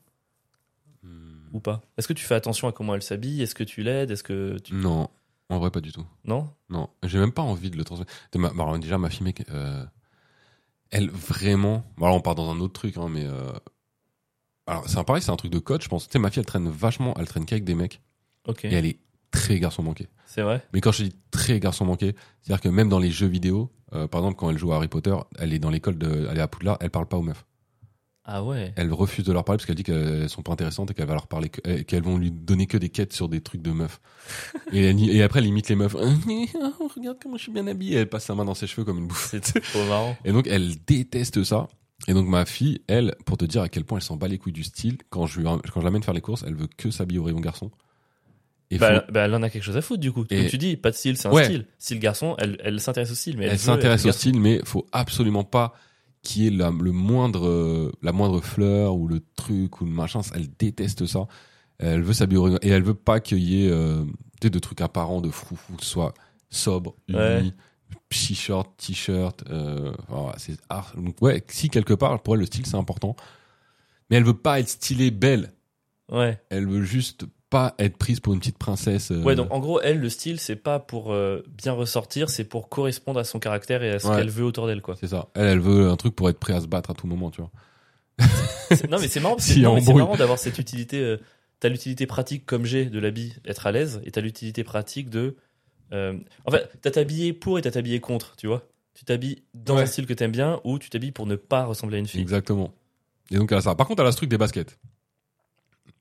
A: ou pas Est-ce que tu fais attention à comment elle s'habille Est-ce que tu l'aides Est-ce que tu...
B: Non, en vrai, pas du tout.
A: Non
B: Non, j'ai même pas envie de le transmettre. De ma- bah, alors, déjà, ma fille, mec, euh, elle vraiment. bon, alors, on part dans un autre truc, hein, mais. euh, Alors, c'est un pareil, c'est un truc de code, je pense. Tu sais, ma fille, elle traîne vachement, elle traîne qu'avec des mecs.
A: Ok,
B: Et elle est très garçon manqué.
A: c'est vrai.
B: Mais quand je dis très garçon manqué, c'est-à-dire que même dans les jeux vidéo, euh, par exemple, quand elle joue à Harry Potter, elle est dans l'école de, elle est à Poudlard, elle parle pas aux meufs.
A: Ah ouais.
B: Elle refuse de leur parler parce qu'elle dit qu'elles sont pas intéressantes et qu'elle va leur parler, que- euh, qu'elles vont lui donner que des quêtes sur des trucs de meufs. et, elle- et après, elle imite les meufs. Oh, regarde comment je suis bien habillée. Elle passe sa main dans ses cheveux comme une bouffe.
A: C'est trop marrant.
B: Et donc, elle déteste ça. Et donc, ma fille, elle, pour te dire à quel point elle s'en bat les couilles du style, quand je, lui- quand je l'amène faire les courses, elle veut que s'habiller au rayon garçon. Et
A: Bah,
B: faut-
A: bah, elle en a quelque chose à foutre du coup.
B: Et-
A: Comme tu dis, pas de style, c'est un
B: Ouais.
A: style. Si le garçon, elle, elle s'intéresse au style, mais elle,
B: elle,
A: veut
B: s'intéresse
A: être
B: au
A: garçon.
B: style, mais faut absolument pas qu'il y ait la, le moindre, euh, la moindre fleur ou le truc ou le machin. Elle déteste ça. Elle veut s'habiller au rayon- et elle veut pas qu'il y ait euh, tu sais, de trucs apparents, de froufou, que ce soit sobre,
A: Ouais.
B: uni, t-shirt, t-shirt. euh, enfin, voilà, c'est art. Donc, ouais, si quelque part, pour elle, le style, c'est important. Mais elle veut pas être stylée belle.
A: Ouais.
B: Elle veut juste pas être prise pour une petite princesse. euh,
A: Ouais, donc en gros, elle, le style, c'est pas pour euh, bien ressortir, c'est pour correspondre à son caractère et à ce
B: Ouais.
A: qu'elle veut autour d'elle, quoi.
B: C'est ça. Elle, elle veut un truc pour être prêt à se battre à tout moment, tu vois.
A: C'est- Non, mais c'est marrant, parce que-
B: Si,
A: non, mais c'est
B: embrouille.
A: marrant d'avoir cette utilité. euh, t'as l'utilité pratique comme j'ai de l'habit, être à l'aise, et t'as l'utilité pratique de. euh, en fait, t'as t'habillé pour et t'as t'habillé contre, tu vois. Tu t'habilles dans
B: Ouais.
A: un style que t'aimes bien ou tu t'habilles pour ne pas ressembler à une fille.
B: Exactement. Et donc elle a ça. Par contre, elle a ce truc des baskets.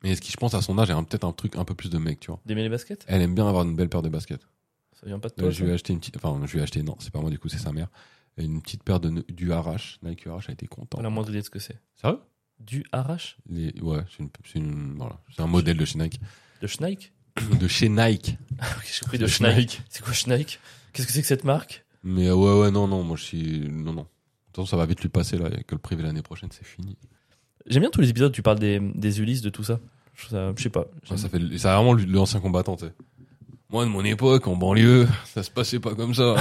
B: Mais ce qui, je pense, à son âge, elle a un- peut-être un truc un peu plus de mec, tu vois.
A: D'aimer les baskets
B: Elle aime bien avoir une belle paire de baskets.
A: Ça vient pas de
B: Euh,
A: toi.
B: je
A: ça
B: lui ai acheté une petite. Enfin, je lui ai acheté, non, c'est pas moi du coup, c'est sa mère. Une petite paire de du RH. Nike RH, elle était contente.
A: Pas la moindre idée de ce que c'est.
B: Sérieux
A: Du arrache
B: Les- Ouais, c'est une, c'est une- voilà. C'est un modèle de chez Nike.
A: De Schneik
B: de chez Nike.
A: Ok, J'ai compris de Schneik. C'est quoi Schneik Qu'est-ce que c'est que cette marque
B: Mais euh, ouais, ouais, non, non, moi je suis. Non, non. De toute façon, ça va vite lui passer là. Il y a que le privé l'année prochaine, c'est fini.
A: J'aime bien tous les épisodes, tu parles des, des Ulysses, de tout ça. Je, trouve ça- je sais pas.
B: Ouais,
A: j'aime
B: ça fait, ça a vraiment lui- l'ancien combattant, tu sais. Moi, de mon époque, en banlieue, ça se passait pas comme ça.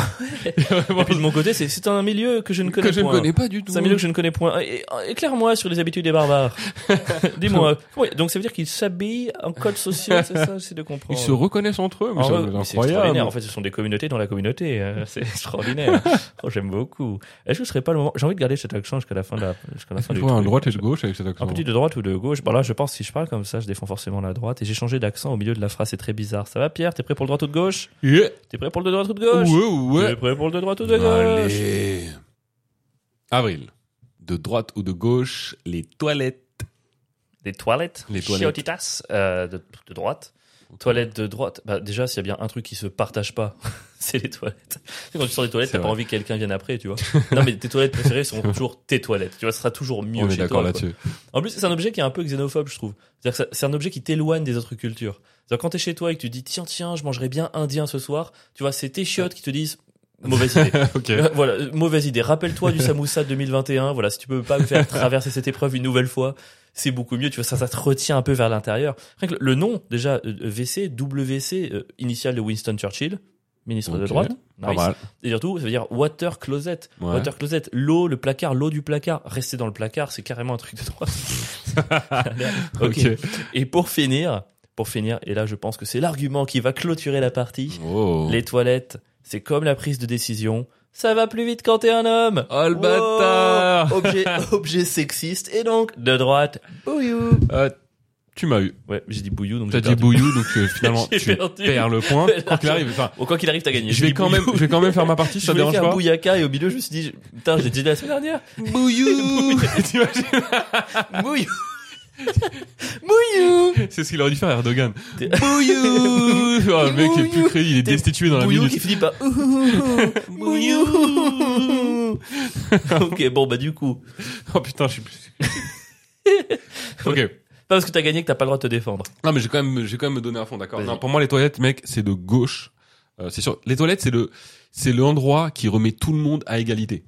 A: bien. Et puis de mon côté, c'est- c'est un milieu que je ne connais
B: que je ne
A: point.
B: connais pas du tout.
A: C'est un milieu que je ne connais point. Et- et- Éclaire-moi sur les habitudes des barbares. Dis-moi. Oui, donc ça veut dire qu'ils s'habillent en code social, c'est ça J'essaie de
B: Ils
A: comprendre.
B: se reconnaissent entre eux, mais
A: En
B: ça,
A: vrai,
B: c'est
A: Ah mais c'est
B: incroyable.
A: extraordinaire. En fait, ce sont des communautés dans la communauté. hein. C'est extraordinaire. Oh, J'aime beaucoup. Est-ce que ce serait pas le moment J'ai envie de garder cet accent jusqu'à la fin de la. Jusqu'à la
B: Est-ce
A: fin
B: que
A: du
B: je vois un
A: truc.
B: droite et un gauche avec cet accent
A: Un petit de droite ou de gauche. Bah là, je pense que si je parle comme ça, je défends forcément la droite. Et j'ai changé d'accent au milieu de la phrase. C'est très bizarre. Ça va, Pierre T'es prêt pour le droite ou de gauche
B: Yeah.
A: T'es prêt pour le de droite ou de
B: Ouais,
A: gauche T'es
B: ouais.
A: prêt pour le de droite ou de gauche
B: Allez. Avril. De droite ou de gauche, les toilettes.
A: Des toilettes.
B: Les toilettes.
A: Chiotitas euh, de, de droite. Toilettes de droite. Bah déjà, s'il y a bien un truc qui se partage pas, c'est les toilettes. Tu sais, Quand tu sors des toilettes,
B: C'est
A: t'as pas
B: vrai.
A: envie que quelqu'un vienne après, tu vois. non, mais tes toilettes préférées sont toujours tes toilettes. Tu vois, ce sera toujours mieux
B: On est
A: chez
B: d'accord
A: toi, quoi.
B: là-dessus.
A: En plus, c'est un objet qui est un peu xénophobe, je trouve. C'est-à-dire que ça- c'est un objet qui t'éloigne des autres cultures. C'est-à-dire quand t'es chez toi et que tu dis tiens tiens, je mangerai bien indien ce soir, tu vois, c'est tes chiottes qui te disent mauvaise idée.
B: ok.
A: Euh, voilà, euh, mauvaise idée. Rappelle-toi du Samoussa 2021. Voilà, si tu peux pas me faire traverser cette épreuve une nouvelle fois, c'est beaucoup mieux. Tu vois, ça, ça te retient un peu vers l'intérieur. Rien que le- le nom, déjà, euh, VC, WC, euh, initial de Winston Churchill, ministre de
B: Ok.
A: droite.
B: Pas
A: Nice.
B: mal.
A: Et surtout, ça veut dire water closet.
B: Ouais.
A: Water closet, l'eau, le placard, l'eau du placard. Rester dans le placard, c'est carrément un truc de droite.
B: Ok.
A: ok. Et pour finir, pour finir, et là, je pense que c'est l'argument qui va clôturer la partie.
B: Oh.
A: Les toilettes, c'est comme la prise de décision. Ça va plus vite quand t'es un homme.
B: Oh, le
A: Wow.
B: bâtard
A: objet, objet sexiste et donc de droite. Bouillou.
B: Euh, tu m'as eu.
A: Ouais, j'ai dit bouillou donc
B: T'as
A: j'ai
B: dit
A: perdu.
B: bouillou, donc euh, finalement
A: J'ai
B: tu
A: perdu.
B: perds le point. Quoi qu'il arrive, enfin,
A: Bon, quoi qu'il arrive, t'as gagné.
B: je
A: J'ai
B: vais
A: dit
B: quand même,
A: bouillou.
B: je vais quand même faire ma partie.
A: Je
B: Ça te
A: voulais
B: dérange
A: faire
B: pas
A: bouillaka et au milieu je me suis dit, je- putain, j'ai dit la semaine dernière.
B: Bouillou. T'imagines
A: Bouillou. bouillou.
B: C'est ce qu'il aurait dû faire Erdogan.
A: T'es-
B: Bouillou. Oh, le mec est
A: Bouillou.
B: plus créé, il est
A: T'es
B: destitué dans la
A: Bouillou qui
B: minute.
A: finit par ouhouhou. Bouillou. ok, bon bah du coup,
B: Oh putain, je suis plus. ok.
A: pas parce que t'as gagné que t'as pas le droit de te défendre.
B: Non, mais j'ai quand même, j'ai quand même me donné à fond, d'accord.
A: Vas-y.
B: Non, pour moi, les toilettes, mec, c'est de gauche. Euh, c'est sûr. Les toilettes, c'est le, c'est l'endroit qui remet tout le monde à égalité.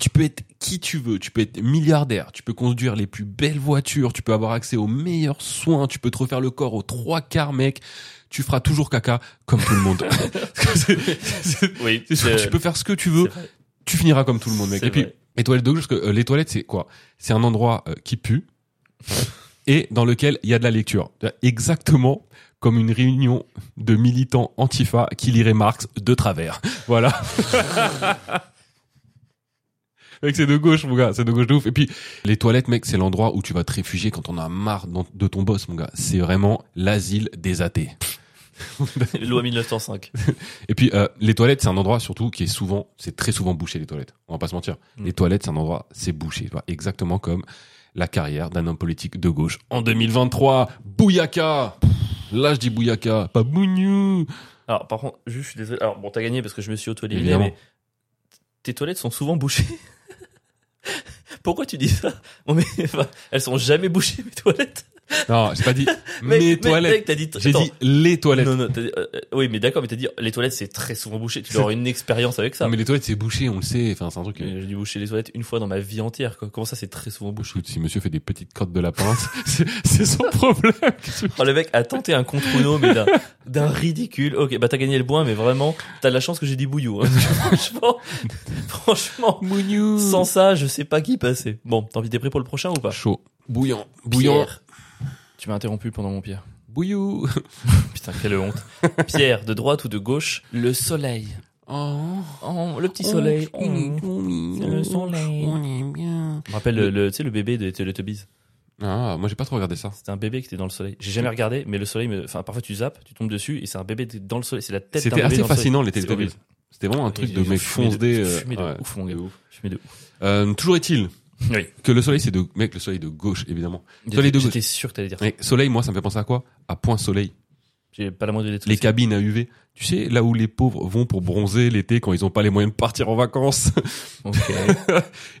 B: Tu peux être qui tu veux, tu peux être milliardaire, tu peux conduire les plus belles voitures, tu peux avoir accès aux meilleurs soins, tu peux te refaire le corps aux trois quarts, mec. Tu feras toujours caca comme tout le monde. c'est, c'est-
A: Oui, euh,
B: c'est sûr, tu peux faire ce que tu veux, tu finiras comme tout le monde, mec.
A: C'est
B: Et puis,
A: vrai.
B: les toilettes de gauche, parce que, euh, les toilettes, c'est quoi C'est un endroit euh, qui pue et dans lequel il y a de la lecture. Exactement comme une réunion de militants antifa qui liraient Marx de travers. Voilà. Mec, c'est de gauche, mon gars. C'est de gauche de ouf. Et puis, les toilettes, mec, c'est l'endroit où tu vas te réfugier quand on a marre dans- de ton boss, mon gars. C'est vraiment l'asile des athées.
A: Loi 1905.
B: Et puis, euh, les toilettes, c'est un endroit surtout qui est souvent, c'est très souvent bouché, les toilettes. On va pas se mentir.
A: Mm.
B: Les toilettes, c'est un endroit, c'est bouché. Tu vois, exactement comme la carrière d'un homme politique de gauche en 2023. Bouyaka! Là, je dis Bouyaka, pas Bougnou.
A: Alors, par contre, juste, je suis désolé. Alors, bon, t'as gagné parce que je me suis auto-éliminé,
B: Évidemment.
A: mais tes toilettes sont souvent bouchées. Pourquoi tu dis ça Bon, mais enfin, elles sont jamais bouchées, mes toilettes.
B: Non, j'ai pas dit
A: Mec,
B: mes
A: mec,
B: toilettes.
A: mec, t'as dit.
B: J'ai
A: attends.
B: dit les toilettes.
A: Non, non, t'as dit- euh, euh, oui, mais d'accord, mais t'as dit les toilettes, c'est très souvent bouché. Tu dois avoir une expérience avec ça.
B: Non, mais les toilettes, c'est bouché, on le sait. Enfin, c'est un truc.
A: Euh, J'ai dû boucher les toilettes une fois dans ma vie entière. Quoi. Comment ça, c'est très souvent bouché
B: Écoute, si monsieur fait des petites cordes de lapin, c'est c'est son problème. Qu'est-ce que-
A: Oh, le mec a tenté un contre uno, mais d'un- d'un ridicule. Ok, bah t'as gagné le point, mais vraiment, t'as de la chance que j'ai dit bouillou. hein. franchement, franchement,
B: Mouniou.
A: sans ça, je sais pas qui passer. Bon, t'as envie d'être prêt pour le prochain ou pas
B: Chaud. Bouillant. Bouillant.
A: Pierre. Tu m'as interrompu pendant mon pire.
B: Bouillou.
A: Putain, quelle honte. Pierre, de droite ou de gauche Le soleil.
B: Oh.
A: Oh, le petit
B: C'est
A: le soleil.
B: On est bien.
A: Je me rappelle, le, le- tu sais, le bébé de Teletubbies.
B: Ah, moi j'ai pas trop regardé ça.
A: C'était un bébé qui était dans le soleil. J'ai jamais regardé, mais le soleil, me- enfin parfois tu zappes, tu tombes dessus et c'est un bébé dans le soleil. C'est la tête d'un
B: C'était
A: bébé.
B: assez
A: dans le soleil.
B: fascinant les
A: C'est
B: Teletubbies.
A: horrible.
B: C'était vraiment un truc
A: Ils
B: de
A: ont
B: mec
A: fumé de-
B: foncé.
A: ils ont
B: euh,
A: fumé de
B: ouais.
A: ouf, mon gars.
B: De ouf.
A: Fumé de ouf.
B: Euh, Toujours est-il
A: Oui.
B: que le soleil c'est de mec le soleil de gauche évidemment. Soleil de
A: J'étais
B: gauche.
A: j'étais sûr que t'allais dire ça.
B: Et soleil moi ça me fait penser à quoi À point soleil.
A: J'ai pas la moindre idée de ce
B: les
A: que c'est.
B: cabines à UV. Tu sais, là où les pauvres vont pour bronzer l'été quand ils ont pas les moyens de partir en vacances.
A: Ok.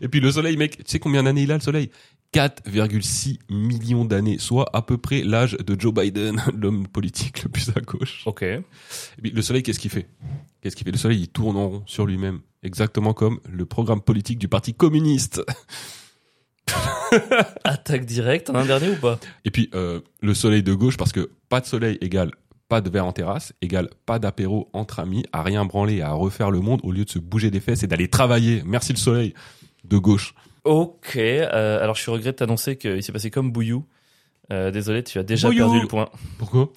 B: Et puis le soleil, mec, tu sais combien d'années il a le soleil 4,6 millions d'années, soit à peu près l'âge de Joe Biden, l'homme politique le plus à gauche.
A: Ok.
B: Et puis, Eh le soleil, qu'est-ce qu'il fait Qu'est-ce qu'il fait Le soleil, il tourne en rond sur lui-même, exactement comme le programme politique du Parti communiste.
A: Attaque directe, en un dernier ou pas
B: Et puis euh, le soleil de gauche, parce que pas de soleil égale pas de verre en terrasse, égale pas d'apéro entre amis, à rien branler, à refaire le monde au lieu de se bouger des fesses et d'aller travailler. Merci le soleil de gauche.
A: Ok. euh, alors je suis regret de t'annoncer qu'il s'est passé comme Bouillou. Euh, désolé, tu as déjà
B: Bouillou.
A: perdu le point.
B: Pourquoi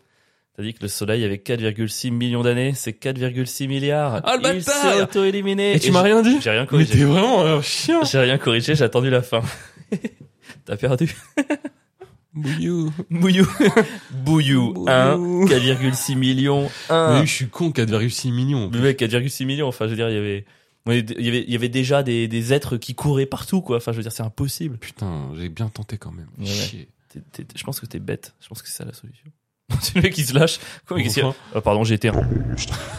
A: T'as dit que le soleil avait 4,6 millions d'années, c'est 4,6 milliards.
B: Ah, le
A: Il
B: bâtard
A: s'est auto-éliminé.
B: Et, tu m'as
A: j'ai-
B: rien dit
A: J'ai rien
B: Mais t'es
A: corrigé.
B: vraiment un chien
A: J'ai rien corrigé, j'ai attendu la fin. T'as perdu.
B: Bouillou.
A: Bouillou. Bouillou. 1.
B: Bouillou.
A: 4,6 millions.
B: Ah. Mais
A: 1.
B: je suis con, 4,6 millions.
A: Le mec, 4,6 millions. Enfin, je veux dire, il y avait, on est- il y avait, il y avait déjà des, des êtres qui couraient partout, quoi. Enfin, je veux dire, c'est impossible.
B: Putain, j'ai bien tenté quand même.
A: Ouais, ouais.
B: Chier.
A: T'es- t'es- je pense que t'es bête. Je pense que c'est ça la solution. C'est le mec qui se lâche. Comment il se-
B: Enfin,
A: Oh, pardon, j'ai été un.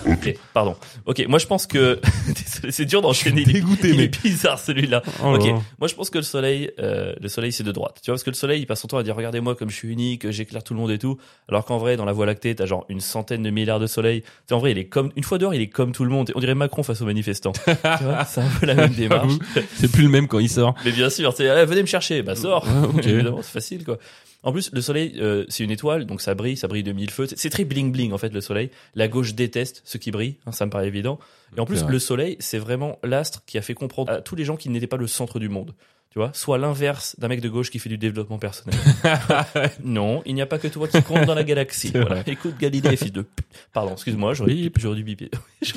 A: Ok, pardon. Ok, moi je pense que. Désolé, c'est dur d'enchaîner. Il est-
B: dégoûté,
A: Il est
B: mec.
A: bizarre celui-là.
B: Oh là
A: ok.
B: là.
A: Moi je pense que le soleil, euh, le soleil c'est de droite. Tu vois, parce que le soleil il passe son temps à dire regardez-moi comme je suis unique, j'éclaire tout le monde et tout. Alors qu'en vrai, dans la voie lactée, t'as genre une centaine de milliards de soleils. Tu sais, en vrai, il est comme. Une fois dehors, il est comme tout le monde. On dirait Macron face aux manifestants. tu vois, c'est un peu la même démarche.
B: J'avoue, C'est plus le même quand il sort.
A: Mais bien sûr, tu sais, Eh, venez me chercher, bah sors.
B: Ouais, ok.
A: Évidemment, c'est facile quoi. En plus, le soleil, euh, c'est une étoile, donc ça brille, ça brille de mille feux. C'est- C'est très bling bling en fait le soleil. La gauche déteste ce qui brille, hein, ça me paraît évident. Et en plus,
B: C'est vrai.
A: le soleil, c'est vraiment l'astre qui a fait comprendre à tous les gens qu'ils n'étaient pas le centre du monde. Tu vois, soit l'inverse d'un mec de gauche qui fait du développement personnel. non, il n'y a pas que toi qui compte dans la galaxie.
B: C'est
A: Voilà. Écoute Galilée, fils de. p- Pardon, excuse-moi, j'aurais dû,
B: Bip.
A: j'aurais dû biper.
B: Je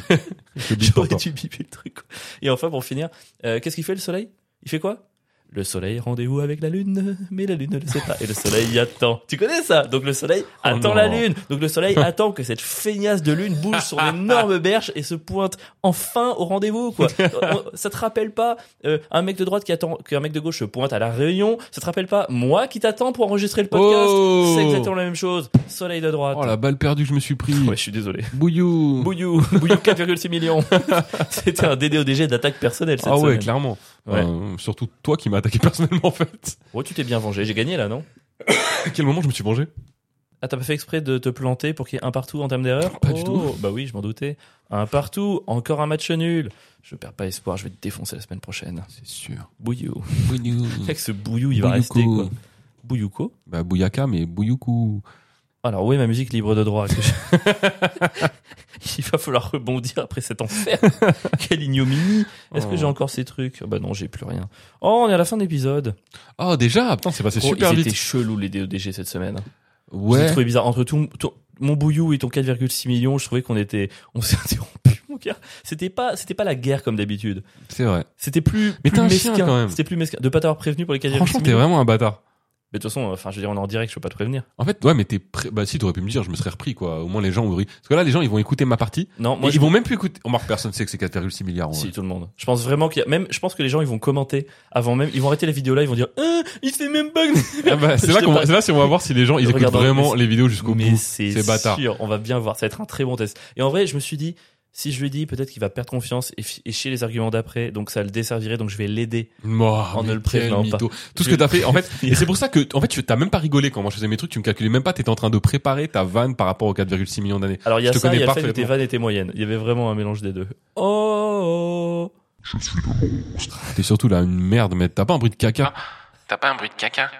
B: dis
A: J'aurais
B: pourtant.
A: dû biper le truc. quoi. Et enfin, pour finir, euh, qu'est-ce qu'il fait le soleil Il fait quoi Le soleil, rendez-vous avec la lune, mais la lune ne le sait pas. Et le soleil attend. Tu connais ça Donc le soleil attend
B: Oh non.
A: la lune. Donc le soleil attend que cette feignasse de lune bouge son énorme berche et se pointe enfin au rendez-vous. quoi. On- ça te rappelle pas euh, un mec de droite qui attend qu'un mec de gauche se pointe à la réunion Ça te rappelle pas moi qui t'attends pour enregistrer le podcast
B: Oh
A: C'est exactement la même chose. Soleil de droite.
B: Oh la balle perdue que je me suis pris.
A: Ouais, je suis désolé.
B: Bouillou.
A: Bouillou, Bouillou 4,6 millions. C'était un DDODG d'attaque personnelle cette
B: Ah ouais,
A: semaine.
B: clairement.
A: Ouais.
B: Euh, surtout toi qui m'as attaqué personnellement en fait.
A: Oh, tu t'es bien vengé. J'ai gagné là, non
B: À quel moment je me suis vengé
A: Ah, t'as pas fait exprès de te planter pour qu'il y ait un partout en termes d'erreur
B: Pas du
A: Oh, Bah oui, je m'en doutais. Un partout, encore un match nul. Je perds pas espoir, je vais te défoncer la semaine prochaine.
B: C'est sûr.
A: Bouillou.
B: Bouillou.
A: Avec ce bouillou, il va
B: Bouilloukou.
A: rester quoi. Bouillouko
B: Bah Bouyaka, mais Bouyoukou.
A: Alors oui, ma musique libre de droit. que je- il va falloir rebondir après cet enfer. Quelle ignominie. Est-ce que
B: Oh.
A: j'ai encore ces trucs Ah Bah non, j'ai plus rien. Oh, on est à la fin de l'épisode.
B: Oh déjà, putain, c'est passé
A: Gros,
B: super
A: ils
B: vite.
A: étaient chelous les DODG cette semaine. J'ai
B: Ouais.
A: trouvé bizarre entre tout, tout- mon bouillou et ton 4,6 millions, je trouvais qu'on était on s'est interrompu mon Car c'était pas, c'était pas la guerre comme d'habitude.
B: C'est vrai.
A: C'était plus,
B: Mais
A: plus
B: t'es un chien,
A: mesquin.
B: quand même.
A: C'était plus mesquin. De pas t'avoir prévenu pour les cas
B: Franchement, t'es vraiment un bâtard.
A: Mais de toute façon, euh, enfin, je veux dire, on est en direct, je peux pas te prévenir.
B: En fait, ouais, mais t'es. prêt- Bah, si, t'aurais pu me dire, je me serais repris, quoi. Au moins, les gens auraient. Parce que là, les gens, ils vont écouter ma partie.
A: Non,
B: Moi,
A: moi,
B: ils
A: je...
B: vont même plus écouter. On marque personne sait que c'est 4,6 milliards. en
A: si
B: vrai.
A: tout le monde. Je pense vraiment qu'il y a, même, je pense que les gens, ils vont commenter avant même, ils vont arrêter la vidéo là, ils vont dire, Hein, il sait même pas. que-
B: Ah bah, c'est
A: Je
B: là
A: sais
B: qu'on
A: pas.
B: c'est là si on va voir si les gens ils écoutent
A: Regardons-
B: vraiment les vidéos jusqu'au
A: Mais
B: bout.
A: c'est
B: C'est bâtard.
A: sûr, on va bien voir. Ça va être un très bon test. Et en vrai, je me suis dit, si je lui dis, peut-être qu'il va perdre confiance et, fi- et chier les arguments d'après, donc ça le desservirait, donc je vais l'aider.
B: Moi,
A: En
B: mais
A: ne le
B: quel
A: prévenant
B: mytho. Tout ce
A: Je-
B: que t'as fait, en fait, et c'est pour ça que, en fait, tu t'as même pas rigolé quand moi je faisais mes trucs, tu me calculais même pas, t'étais en train de préparer ta vanne par rapport aux 4,6 millions d'années.
A: Alors il y a
B: Je te
A: ça, il y
B: connais
A: a le fait que tes
B: parfaitement.
A: vannes étaient moyennes. Il y avait vraiment un mélange des deux. Oh,
B: T'es surtout là une merde, mais t'as pas un bruit de caca.
D: T'as pas un bruit de caca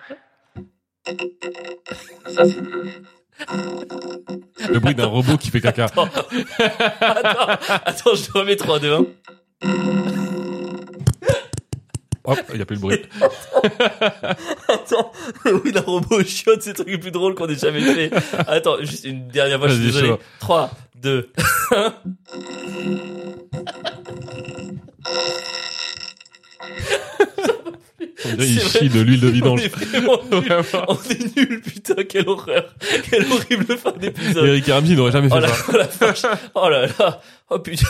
B: Le bruit d'un robot qui fait caca.
A: attends, attends, je te remets 3, 2, 1.
B: Hop, y a plus le bruit.
A: Attends, oui, la robot chiotte, c'est le truc le plus drôle qu'on ait jamais fait. Attends, juste une dernière fois, je suis
B: Vas-y,
A: désolé.
B: chaud.
A: 3, 2,
B: On dirait, Il
A: C'est vrai.
B: chie de l'huile de
A: on
B: vidange.
A: est vraiment nuls.
B: Vraiment.
A: On est nuls, putain, quelle horreur. Quelle horrible fin d'épisode.
B: Eric Ramsey n'aurait jamais
A: Oh
B: fait
A: la,
B: ça.
A: oh la vache. Oh là là. Oh putain.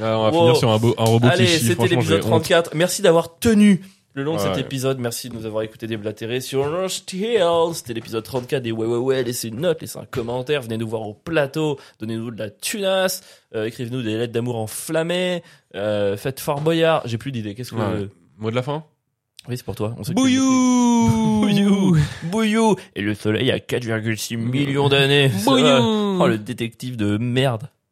B: Ah, on va
A: Wow.
B: finir sur un, beau- un robot
A: Allez,
B: qui chie.
A: c'était
B: Franchement,
A: l'épisode
B: j'ai honte.
A: 34. Merci d'avoir tenu le long de cet
B: Ouais.
A: épisode. Merci de nous avoir écouté déblatérer sur Lost Hills. C'était l'épisode 34 des Ouais Ouais Ouais. Laissez une note, laissez un commentaire. Venez nous voir au plateau. Donnez-nous de la tunasse. Euh, Écrivez-nous des lettres d'amour enflammées. Euh, faites Fort Boyard. J'ai plus d'idées. Qu'est-ce que...
B: Ouais. Mot de la fin?
A: Oui, c'est pour toi. On sait que tu l'écoutes.
B: Bouillou!
A: Bouillou Bouillou Et le soleil à 4,6 millions d'années. Ça va. Oh, le Oh, détective de merde.